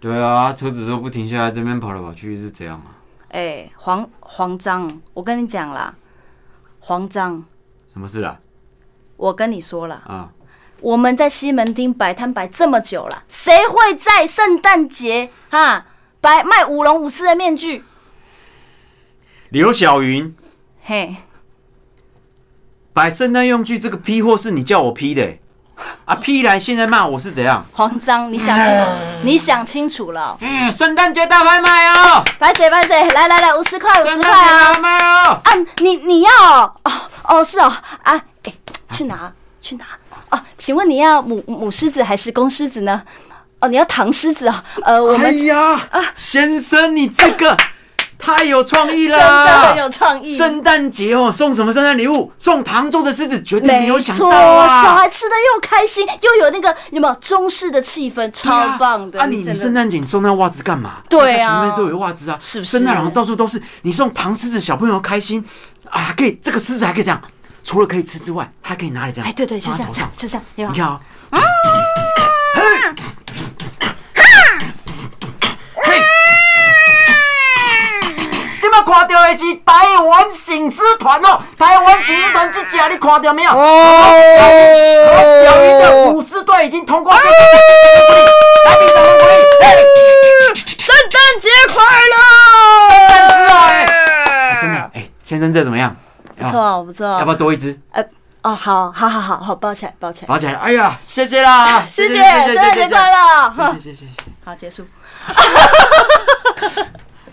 对啊，车子都不停下来，这边跑来跑去是怎样啊？
哎、黄黄章，我跟你讲啦，黄章，
什么事啦？
我跟你说啦，
啊，
我们在西门町摆摊摆这么久了，谁会在圣诞节哈摆卖舞龙舞狮的面具？
刘晓云
嘿，
摆圣诞用具这个批货是你叫我批的、欸啊批来现在骂我是怎样？
慌张，你想
哎
清，你想清楚了。
嗯，圣诞节大拍卖哦，
拍谁拍谁，来来来，五十块，五
圣
十块
诞节大
啊！
拍卖哦，
啊，你你要哦哦哦是哦啊，哎、去拿去拿哦，请问你要母母狮子还是公狮子呢？哦，你要唐狮子哦，呃，我
哎
们
呀，先生你这个太有创意
真的很
了
有。创意。
嗯圣诞节哦，送什么圣诞礼物？送糖做的狮子，绝对没
没
有想
错，
到啊！
小孩吃的又开心，又有那个有没有中式的气氛，
对啊
超棒的。
啊，
真
你你
的
圣诞节你送那袜子干嘛？
对啊
大家全部都有袜子啊，
是不是
圣诞老人到处都是，你送糖狮子，小朋友开心啊，可以这个狮子还可以这样，除了可以吃之外，还可以拿来这样，
哎，对对，就
放
这
在头
样
上，，
就这样，对
你
吧？
看啊、哦。嘿今麦看到的是台湾醒狮团哦，台湾醒狮团这家你看到没有？
哦
小鱼的舞狮队已经通过现场，来宾掌声鼓励，嘿
圣诞节快乐！圣
真
诞
是哦哎啊真的哎，先生这怎么样？
不错哦，不错哦。
要不要多一只？
呃，哦，好，好好好好，抱起来，抱起来。
拔起来，哎呀，谢谢啦，
谢谢，圣诞节快，乐！哼
谢谢谢谢。
*laughs* 好，结束。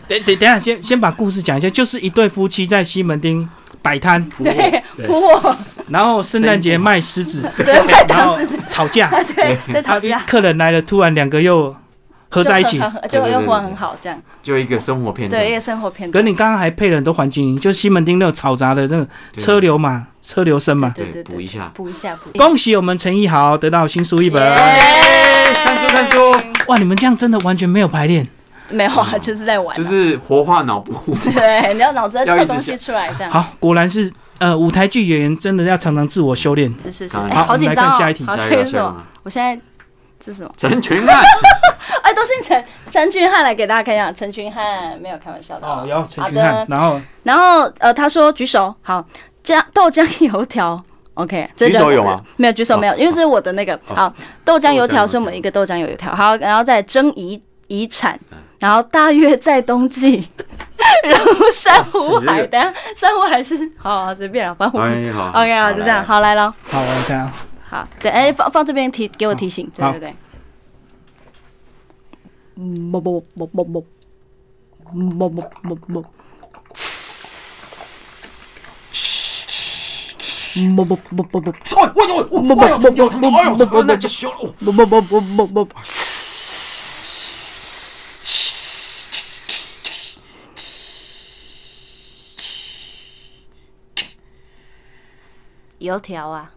等等等一下，先先把故事讲一下，就是一对夫妻在西门町摆摊，
哎
对，扑 *laughs* 我，
然后圣诞节卖狮子，
对，麦
然
当
后
狮子，
吵架，
*laughs* 对，在吵
啊，
架，
*laughs*
客人来了，突然两个又合在一起
就。很很就
对对
又
对嗯
混很好，这样
就一个生活片段，
对，一个生活片
可
段。
你刚刚还配了很多环境音，就西门町那种嘈杂的那个车流嘛，车流声嘛。
对对
补一
对，
下。
补一下，补一下。
恭喜我们陈奕豪得到新书一本。
耶
哎看书看书，
哇，你们这样真的完全没有排练。
*laughs* 没有啊，就是在玩啊，
嗯就是活化脑部。
*laughs* 对，你要脑子在
要
跳
一直
东西出来，这样。
好，果然是呃，舞台剧演员真的要常常自我修炼。
是是是，
当然
哎、
好
好紧张
我们来看
哦！
下一题
好，
下
这
一个
是什
*laughs* 下一个
么？我现在这是什么？
哎陈群汉，
哎，都姓陈，陈俊翰来给大家看一下，陈俊翰没有开玩笑的。
哦，有陈
好
群汉
的，，
然后
然后呃，他说举手，好，酱豆浆油条。OK，这 *laughs*
举手
就
有吗？
没有举手
哦
没有，因为是我的那个
哦
好豆浆油
豆浆油
条是我们
条
一个豆浆油条，好，然后再争遗遗产，然后大约在冬季，然后珊瑚
哇塞这
海，
个
等一下珊瑚海是好好随便啊，反正我不
哎好
*laughs* OK 好就这样，，好来了，
好，我看
*laughs*
啊，
好对，哎放放这边提给我提醒，对
好
对对，么么么么么么么么么。
哎我我我我我我那就修了。
油条啊，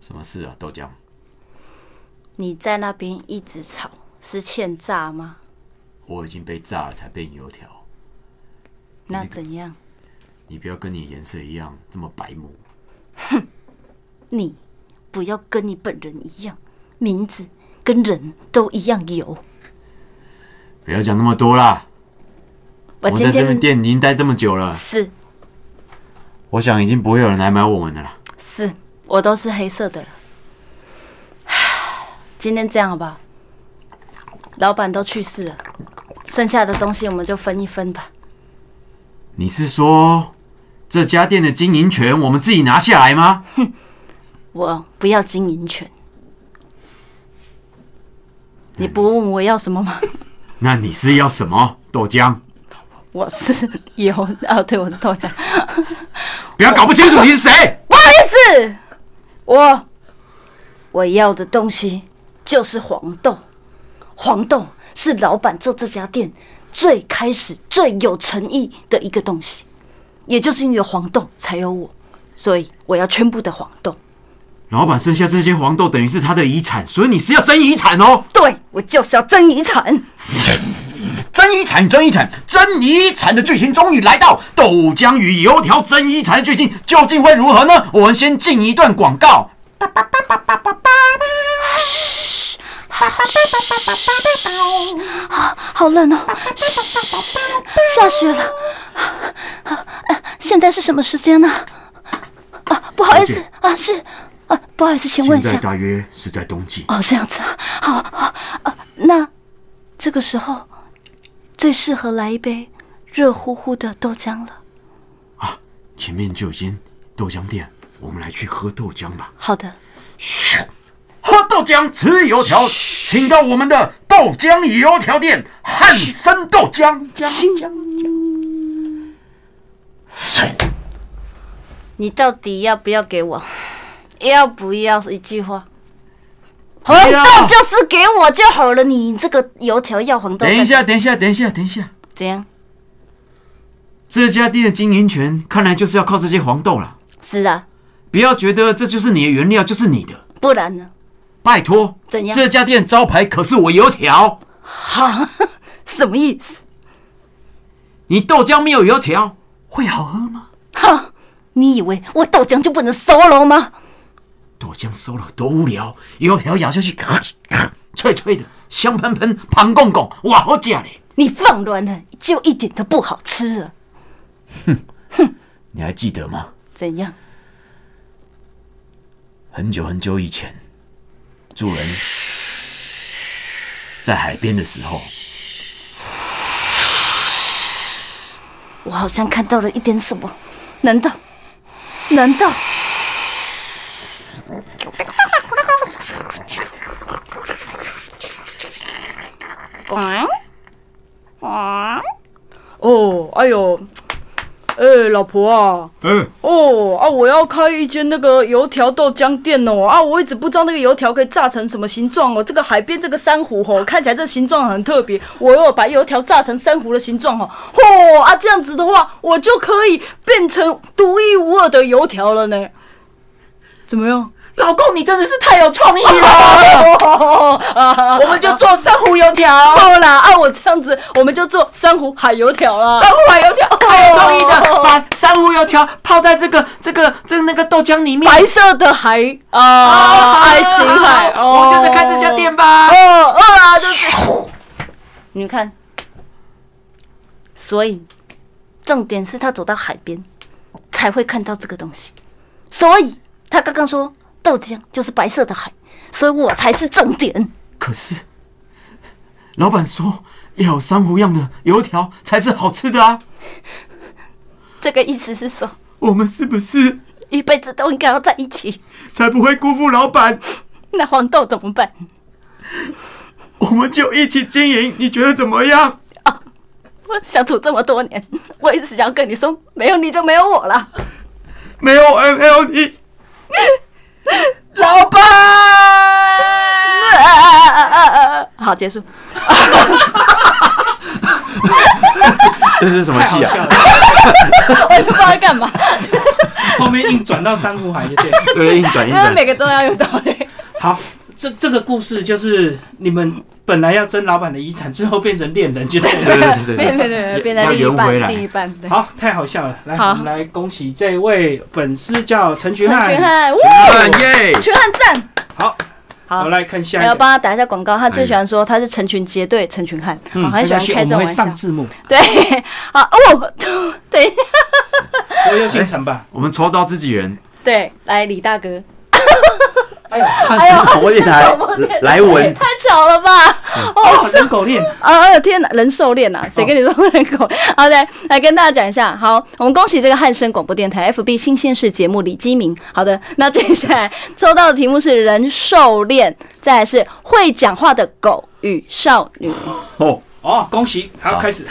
什么事啊？豆浆，
你在那边一直吵，是欠炸吗？
我已经被炸了才变油条。
那怎样？
你不要跟你颜色一样这么白目。
你不要跟你本人一样，名字跟人都一样油。
不要讲那么多啦！
我
我
今
在这
天
边店已经待这么久了，
是
我想已经不会有人来买我们的了。
是，我都是黑色的了。 *sighs* 今天这样好不好？老板都去世了，剩下的东西我们就分一分吧。
你是说这家店的经营权我们自己拿下来吗？
我不要经营权。
嗯
你不问我要什么吗？ *laughs*
那你是要什么豆浆？
我是油啊，对，我是豆浆。
不要搞不清楚你是谁！
是我我要的东西就是黄豆，黄豆是老板做这家店最开始最有诚意的一个东西，也就是因为黄豆才有我，所以我要全部的黄豆。
老板剩下这些黄豆等于是他的遗产，所以你是要争遗产哦！
对我就是要争遗产，
争遗产，争遗产，争遗产的剧情终于来到，豆浆与油条争遗产的剧情究竟会如何呢？我们先进一段广告。
好冷哦，下雪了。啊现在是什么时间呢？啊，不好意
小
思
姐
啊，是啊，不好意思，请问一下，
大约是在冬季，
哦，这样子啊，好好啊、那这个时候最适合来一杯热乎乎的豆浆了。
前面就已经
豆浆店，我们来去喝豆浆吧。
好的，
喝豆浆，吃油条，请到我们的豆浆油条店汉森豆浆。
你到底要不要给我？要不要一句话？
不
黄
要
豆就是给我就好了，你这个油条要黄豆。
等一，下，等一下，等一下，等一下，
怎样？
这家店的经营权看来就是要靠这些黄豆了。
是啊，
不要觉得这就是你的原料，就是你的，
不然呢？
拜托。
怎样
这家店招牌可是我油条，
哈， *laughs* 什么意思？
你豆浆没有油条会好喝吗？
哈，你以为我豆浆就不能 solo 吗？
豆浆 solo 多无聊，油条咬下去， *laughs* 脆脆的，香喷喷，胖公公，哇，好假嘞！
你放软了，就一点都不好吃了。
你还记得吗？
怎样？
很久很久以前，主人在海边的时候，
我好像看到了一点什么，难道？难道？
哦，哎呦，哎、老婆啊，
嗯，
哦啊，我要开一间那个油条豆浆店哦，啊，我一直不知道那个油条可以炸成什么形状哦，这个海边这个珊瑚哦，看起来这形状很特别，我有把油条炸成珊瑚的形状哦，嚯、啊，这样子的话，我就可以变成独一无二的油条了呢，怎么样？
老公，你真的是太有创意了，
*laughs* 哦啊，
我们就做珊瑚油条，
够啦！啊，我这样子，我们就做珊瑚海油条啦。
珊瑚海油条
哎
太有创意的，把珊瑚油条泡在这个这个这那个豆浆里面。
白色的海啊，爱情海，
我就是开这家店吧
哦，。哦啊，就是
你们看，所以重点是他走到海边才会看到这个东西，所以他刚刚说豆浆就是白色的海，所以我才是重点。
可是老板说要有珊瑚样的油条才是好吃的啊！
这个意思是说，
我们是不是
一辈子都应该要在一起。
才不会辜负老板？
那黄豆怎么办？
我们就一起经营，你觉得怎么样？
我相处这么多年，我一直想要跟你说，没有你就没有我了。
没有
*laughs*
MLT，
老板，
好，结束。
这是什么戏啊？
*laughs*
我也不知道在干嘛，
后面硬转到珊瑚海就对。
对，硬转硬
因为
转
每。个都要用到的。
好，这这个故事就是你们本来要争老板的遗产，最后变成恋人，就对了。
对对对
对
对，
*laughs*
对对，变
要
成另一
圆回来
半，另一半。对，
好，太好笑了！来，
好
我们来恭喜这位粉丝叫陈
陈
群
俊
汉。
翰，哇，
哎
耶！
群汉赞。
好，
好哎
我，来看下
我
一
要
个。
帮他打一下广告，他最喜欢说他是成群结队，成群汉，我很喜
嗯没关
欢
系
开这
我们
种玩
会
笑
上。字幕，
对，好哦，等一下，
我有姓陈
*laughs*
吧？
我们抽到自己人，
对，来李大哥，
哎呦，
汉森广播电台来文
太巧了吧？
哦，人狗恋，
啊啊！天哪，人兽恋呐、谁跟你说人口？好，来来跟大家讲一下。好，我们恭喜这个汉声广播电台 FB 新鲜事节目李基明。好的，那接下来抽到的题目是人兽恋，再来是会讲话的狗与少女。
哦，
哦，恭喜！好，
好
开始。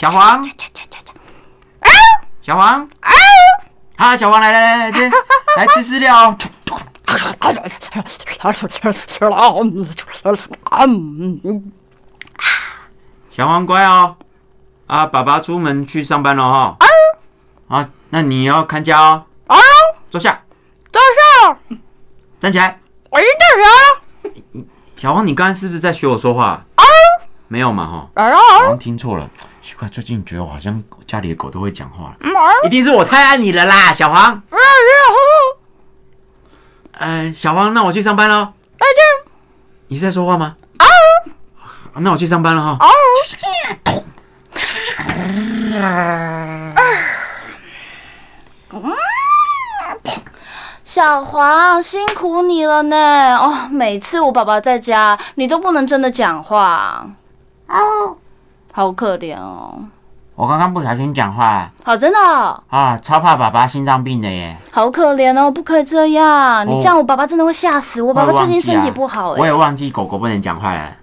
小黄，小黄，啊，小黄来来来来这来吃饲料哦。小黄乖哦，啊，爸爸出门去上班了哈、哦。啊，那你要看家哦。啊，坐下，
多少？
站起来。
我是多少？
小黄，你刚刚是不是在学我说话？没有嘛哈，
啊
好像听错了。奇怪，最近觉得我好像家里的狗都会讲话了，一定是我太爱你了啦，小黄。哎嗯、小黄，那我去上班喽。再见。你是在说话吗？
那我去上班了哈。
小黄，辛苦你了呢！哦，每次我爸爸在家，你都不能真的讲话，好可怜哦。
我刚刚不小心讲话了
好，真的哦、
啊，超怕爸爸心脏病的耶。
好可怜哦，不可以这样！你这样我爸爸真的会吓死。我爸爸
我也
最近
哦忘记
身
啊
体不好
我
哎、
也忘记狗狗不能讲话了。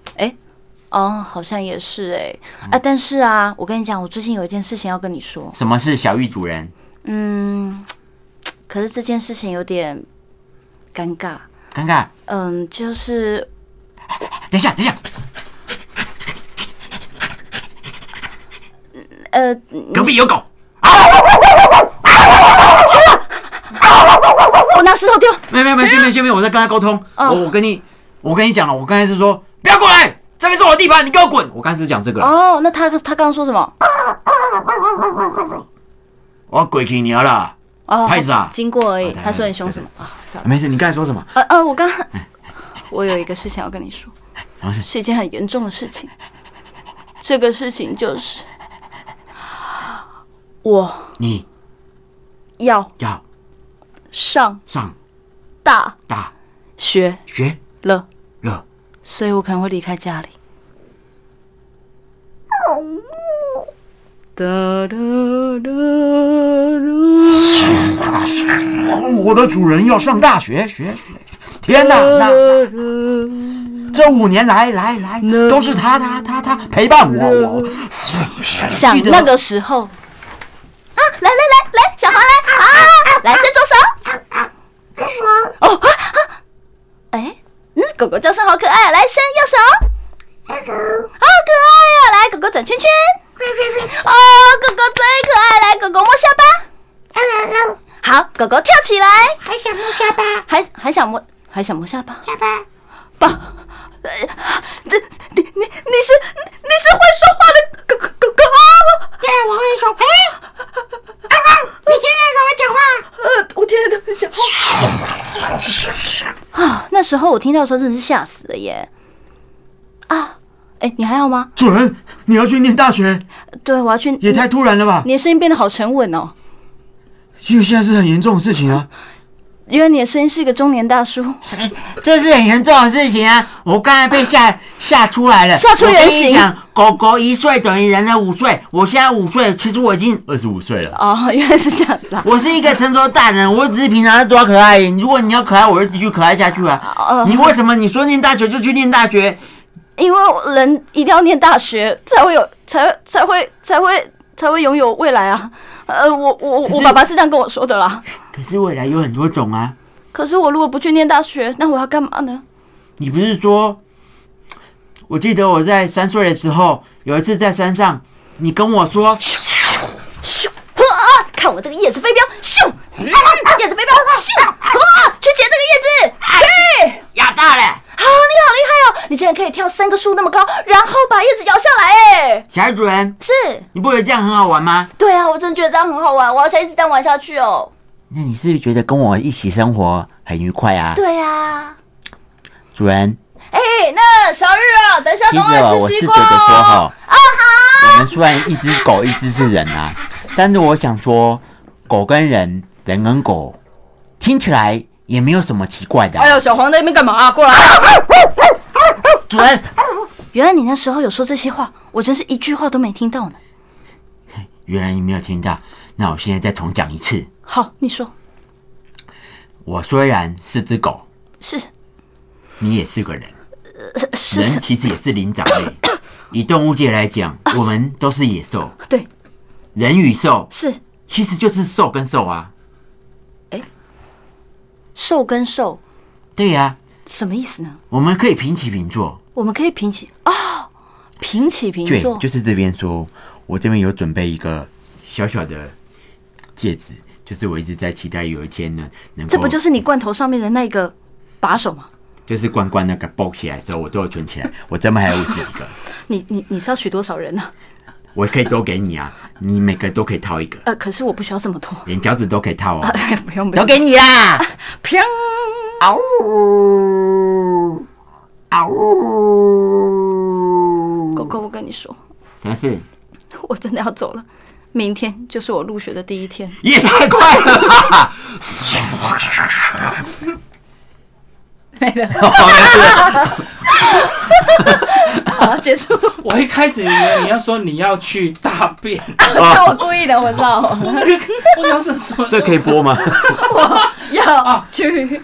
哦，好像也是哎、啊，但是啊，我跟你讲，我最近有一件事情要跟你说。
什么是小玉主人？
嗯，可是这件事情有点尴尬。
尴尬，
嗯，就是
等一下，等一下，
呃，
隔壁有狗。
我拿石头丢。
没有没有没有，先别先别，我在跟他沟通。
哦
我我跟你我跟你讲了，我刚才是说不要过来，这边是我的地盘，你给我滚。我刚才是讲这个啦，
哦，那他他刚刚说什么？
我鬼去你啦。
哦，
拍死啊
经过而已。
哦
他说你凶什么啊？算了。
没事，你刚才说什么？
呃呃，我刚，我有一个事情要跟你说，
什么事？
是一件很严重的事情。这个事情就是，我
你
要
要
上
上
大
大
学
学
了，
了。
所以我可能会离开家里。
哒哒哒哒
哦我的主人要上大学，学学。天哪，那这五年来来来，都是他他他他陪伴我我。
想
记得
那个时候啊，来来来来，小黄来啊，来伸左手。哦啊啊！哎，嗯，狗狗叫声好可爱，来伸右手。好可爱呀、来，狗狗转圈圈。哦，狗狗最可爱，来，狗狗摸下巴。好，狗狗跳起来。还想摸下巴？还还想摸？还想摸下巴？下巴。爸，呃，这你你你是你你是会说话的狗狗狗狗啊！对，我会说。哎，
呃，我天天都在讲话。
啊，那时候我听到的时候真的是吓死了耶！啊，哎，你还好吗？
主人，你要去念大学，
对，我要去。
也太突然了吧？
你的声音变得好沉稳哦，
因为现在是很严重的事情啊。
原来你的声音是一个中年大叔，
这是很严重的事情啊！我刚才被吓吓出来了，
吓出原形
我跟你讲，狗狗一岁等于人的五岁，我现在五岁，其实我已经二十五岁了。
哦，原来是这样子啊！
我是一个成熟大人，我只是平常在抓可爱。如果你要可爱，我就继续可爱下去
哦
啊！你为什么你说念大学就去念大学？
因为我人一定要念大学才会有，才才会才会才会拥有未来啊！呃，我我我爸爸是这样跟我说的啦。
可是未来有很多种啊！
可是我如果不去念大学，那我要干嘛呢？
你不是说，我记得我在三岁的时候，有一次在山上，你跟我说，
咻！啊！看我这个叶子飞镖！咻！叶子飞镖！咻！啊！去捡这个叶子！去！
压大了，
好，你好厉害哦！你竟然可以跳三个树那么高，然后把叶子摇下来！哎，
小爱主人，
是，
你不觉得这样很好玩吗？
对啊，我真的觉得这样很好玩，我要想一直这样玩下去哦。
那你是不是觉得跟我一起生活很愉快啊？
对啊。
主人，
哎，那小玉啊，等一下
其
等
实啊
我
我
吃
是
西
觉
瓜
得说
哦。
哈，我们虽然一只狗一只是人啊，但是我想说，狗跟人，人跟狗，听起来也没有什么奇怪的啊、
哎呦，小黄在那边干嘛啊？过来！
主人，
原来你那时候有说这些话，我真是一句话都没听到呢。
原来你没有听到，那我现在再重讲一次。
好，你说
我虽然是只狗，
是
你也是个人，
是
人其实也是灵长
*coughs*
类。以动物界来讲，我们都是野兽，
对
人与兽
是
其实就是兽跟兽啊。
兽跟兽
对呀、
什么意思呢？
我们可以平起平坐。
我们可以平起哦，平起平
对，
坐，
就是这边说，我这边有准备一个小小的戒指，就是我一直在期待有一天呢，能够
这不就是你罐头上面的那个把手吗？
就是关关那个包起来之后，我都有存起来， *laughs* 我这边还有五十几个，
你你你是要娶多少人呢、
我可以都给你啊，你每个都可以套一个，
呃，可是我不需要这么多。
连脚趾都可以套哦，
*laughs* 哎，不用不
都
用。
给你
*laughs*
啦！
砰！
嗷呜嗷呜！
哥，我跟你
*laughs*
说，
没事，
我真的要走了，明天就是我入学的第一
*laughs*
天。
也太快了吧！
没了，好，结束。
我一开始以为你要说你要去大便， *laughs*
那
*laughs*
我故意的，我知道。
那个我想说什么？
这可以播吗？
啊
要去，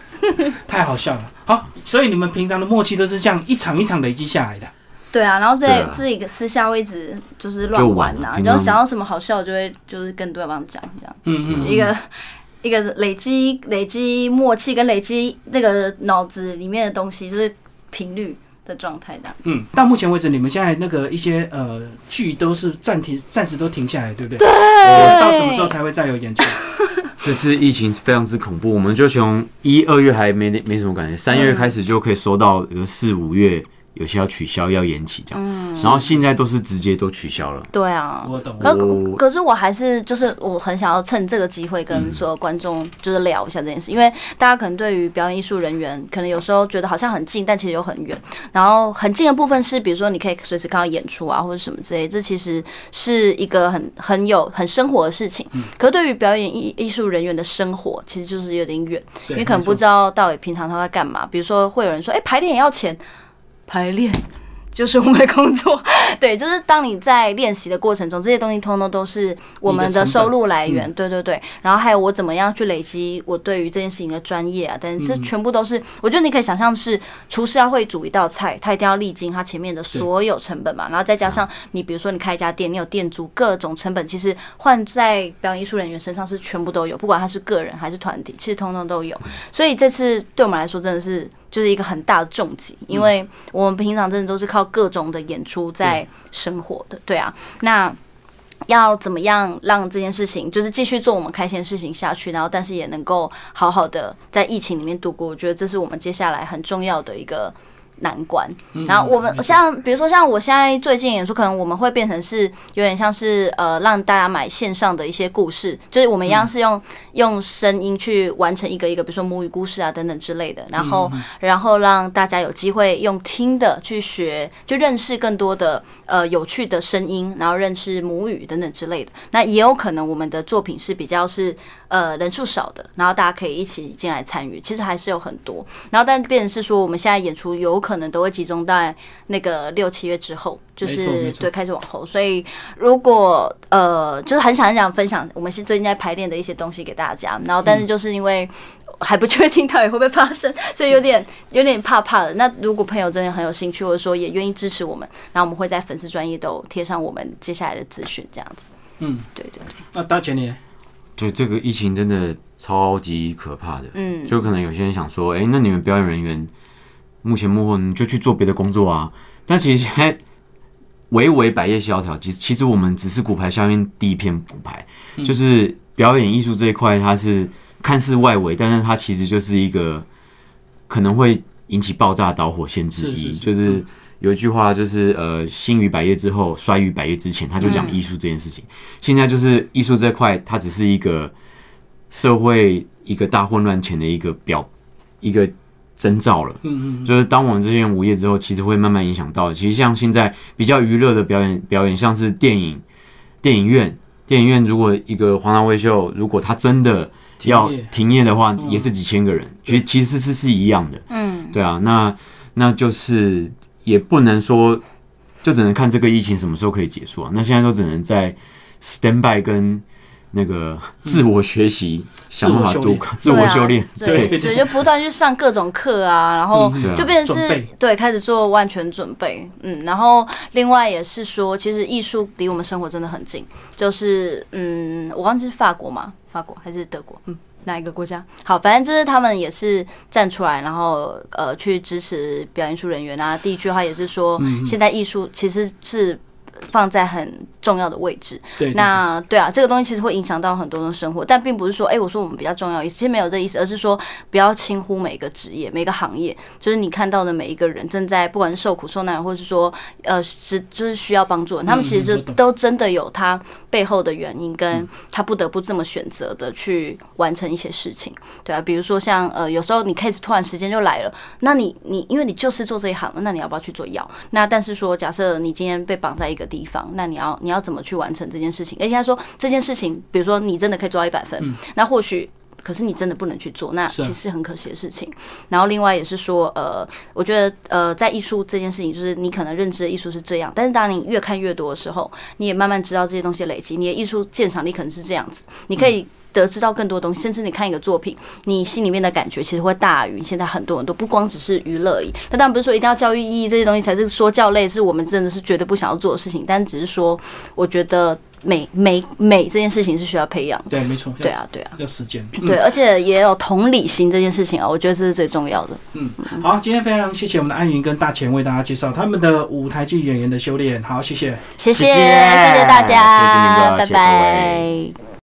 太好笑了。好，所以你们平常的默契都是这样一场一场累积下来的。
对啊，然后
对
在
啊
自己的私下会一直就是
就
乱
玩
玩
啊
啊，
平
然后
常
想到什么好笑就会就是跟对方讲这样，
嗯
一个一个累积累积默契跟累积那个脑子里面的东西，就是频率的状态这样。
嗯，到目前为止，你们现在那个一些呃剧都是暂停，暂时都停下来，对不对？对。到什么时候才会再有演出？
这次疫情非常之恐怖，我们就从一、二月还没没什么感觉，三月开始就可以收到，比如四五月有些要取消、要延期这样。然后现在都是直接都取消了。
对啊，
我懂。
可
我
可是我还是就是我很想要趁这个机会跟所有观众就是聊一下这件事，因为大家可能对于表演艺术人员，可能有时候觉得好像很近，但其实又很远。然后很近的部分是，比如说你可以随时看到演出啊，或者什么之类，这其实是一个很很有很生活的事情。可是对于表演艺艺术人员的生活，其实就是有点远，
对
因为可能不知道到底平常他在干嘛。比如说会有人说，哎、排练也要钱，
排练就是我们的工作。
*laughs* 对，就是当你在练习的过程中，这些东西通通都是我们的收入来源，
嗯
对对对。然后还有我怎么样去累积我对于这件事情的专业啊，但是
嗯
这全部都是，我觉得你可以想象是厨师要会煮一道菜，他一定要历经他前面的所有成本嘛，然后再加上你比如说你开一家店，你有店租各种成本，其实换在表演艺术人员身上是全部都有，不管他是个人还是团体，其实通通都有。所以这次对我们来说真的是就是一个很大的重击，因为我们平常真的都是靠各种的演出在生活的，对啊，那。要怎么样让这件事情就是继续做我们开心的事情下去，然后但是也能够好好的在疫情里面度过，我觉得这是我们接下来很重要的一个难关。
嗯
然后我们像比如说像我现在最近演出，可能我们会变成是有点像是呃让大家买线上的一些故事，就是我们一
嗯
样是用、用声音去完成一个一个，比如说母语故事啊等等之类的，然后、
嗯
然后让大家有机会用听的去学，就认识更多的呃有趣的声音，然后认识母语等等之类的。那也有可能我们的作品是比较是呃人数少的，然后大家可以一起进来参与，其实还是有很多。然后但变成是说，我们现在演出有可能都会集中在那个六七月之后，就
没错没
是
错
对开始往后。所以如果呃，就是很想很想分享我们现最近在排练的一些东西给大家，然后但
嗯
是就是因为。还不确定到底会不会发生，所以有点有点怕怕的。那如果朋友真的很有兴趣，或者说也愿意支持我们，然后我们会在粉丝专业都贴上我们接下来的资讯，这样子。
嗯，
对对对，
那大姐你，
*laughs* 对这个疫情真的超级可怕的，
嗯，
就可能有些人想说，哎、那你们表演人员目前幕后你就去做别的工作啊。但其实现在微微百业萧条，其实其实我们只是骨牌效应第一片骨牌，就是表演艺术这一块，它是看似外围，但是它其实就是一个可能会引起爆炸导火线之一，
是是是
就是。有一句话就是，呃，兴于百业之后，衰于百业之前，他就讲艺术这件事情。现在就是艺术这块，它只是一个社会一个大混乱前的一个表一个征兆了。
嗯嗯，
就是当我们这些人无业之后，其实会慢慢影响到。其实像现在比较娱乐的表演，表演像是电影、电影院、电影院，如果一个黄大卫秀，如果他真的要
停业
停业的话，
嗯
也是几千个人，其实其实是是一样的。
嗯，
对啊，那那就是也不能说，就只能看这个疫情什么时候可以结束啊。那现在都只能在 stand by 跟那个自我学习，想办法
自我修
度
炼
过 *laughs* 自我修炼。
对啊
对
对对，就不断去上各种
*laughs*
课啊，然后
嗯
对啊
就变成
准
是
备
对开始做万全准备，嗯，然后另外也是说，其实艺术离我们生活真的很近，就是嗯，我忘记是法国嘛，法国还是德国，嗯。哪一个国家？好，反正就是他们也是站出来，然后呃
嗯
去支持表演艺术人员啊。地区的话也是说，现在艺术其实是
放在很重要的位置。
对，对
那对啊，这个东西其实会影响到很多人的生活，但并不是说，哎、我说我们比较重要的意思，其实没有这意思，而是说不要轻忽每个职业、每个行业，就是你看到的每一个人正在不管是受苦受难，或是说呃，是就是需要帮助的人，他们其实
嗯
就
我懂
都真的有他背后的原因，跟他不得不这么选择的去完成一些事情，对啊，比如说像呃，有时候你 case 突然时间就来了，那你你因为你就是做这一行的，那你要不要去做药？那但是说，假设你今天被绑在一个地方，那你要你要怎么去完成这件事情？而且他说这件事情，比如说你真的可以做到一百分，那或许。可是你真的不能去做，那
是啊
其实很可惜的事情。然后另外也是说，呃，我觉得呃，在艺术这件事情，就是你可能认知的艺术是这样，但是当你越看越多的时候，你也慢慢知道这些东西累积，你的艺术鉴赏力可能是这样子，你可以得知到更多东西，甚至你看一个作品，你心里面的感觉其实会大于现在很多人都不光只是娱乐而已。那当然不是说一定要教育意义这些东西才是说教类，是我们真的是绝对不想要做的事情，但只是说，我觉得美美美这件事情是需要培养的。
对，没错，要
对啊，对啊，
要时间。嗯
对，而且也有同理心这件事情啊，我觉得这是最重要的。
好，今天非常谢谢我们的安云跟大前为大家介绍他们的舞台剧演员的修炼。好，谢谢。
谢谢，
谢
谢
谢
谢大
谢谢
家，拜
明哥谢谢各位
拜。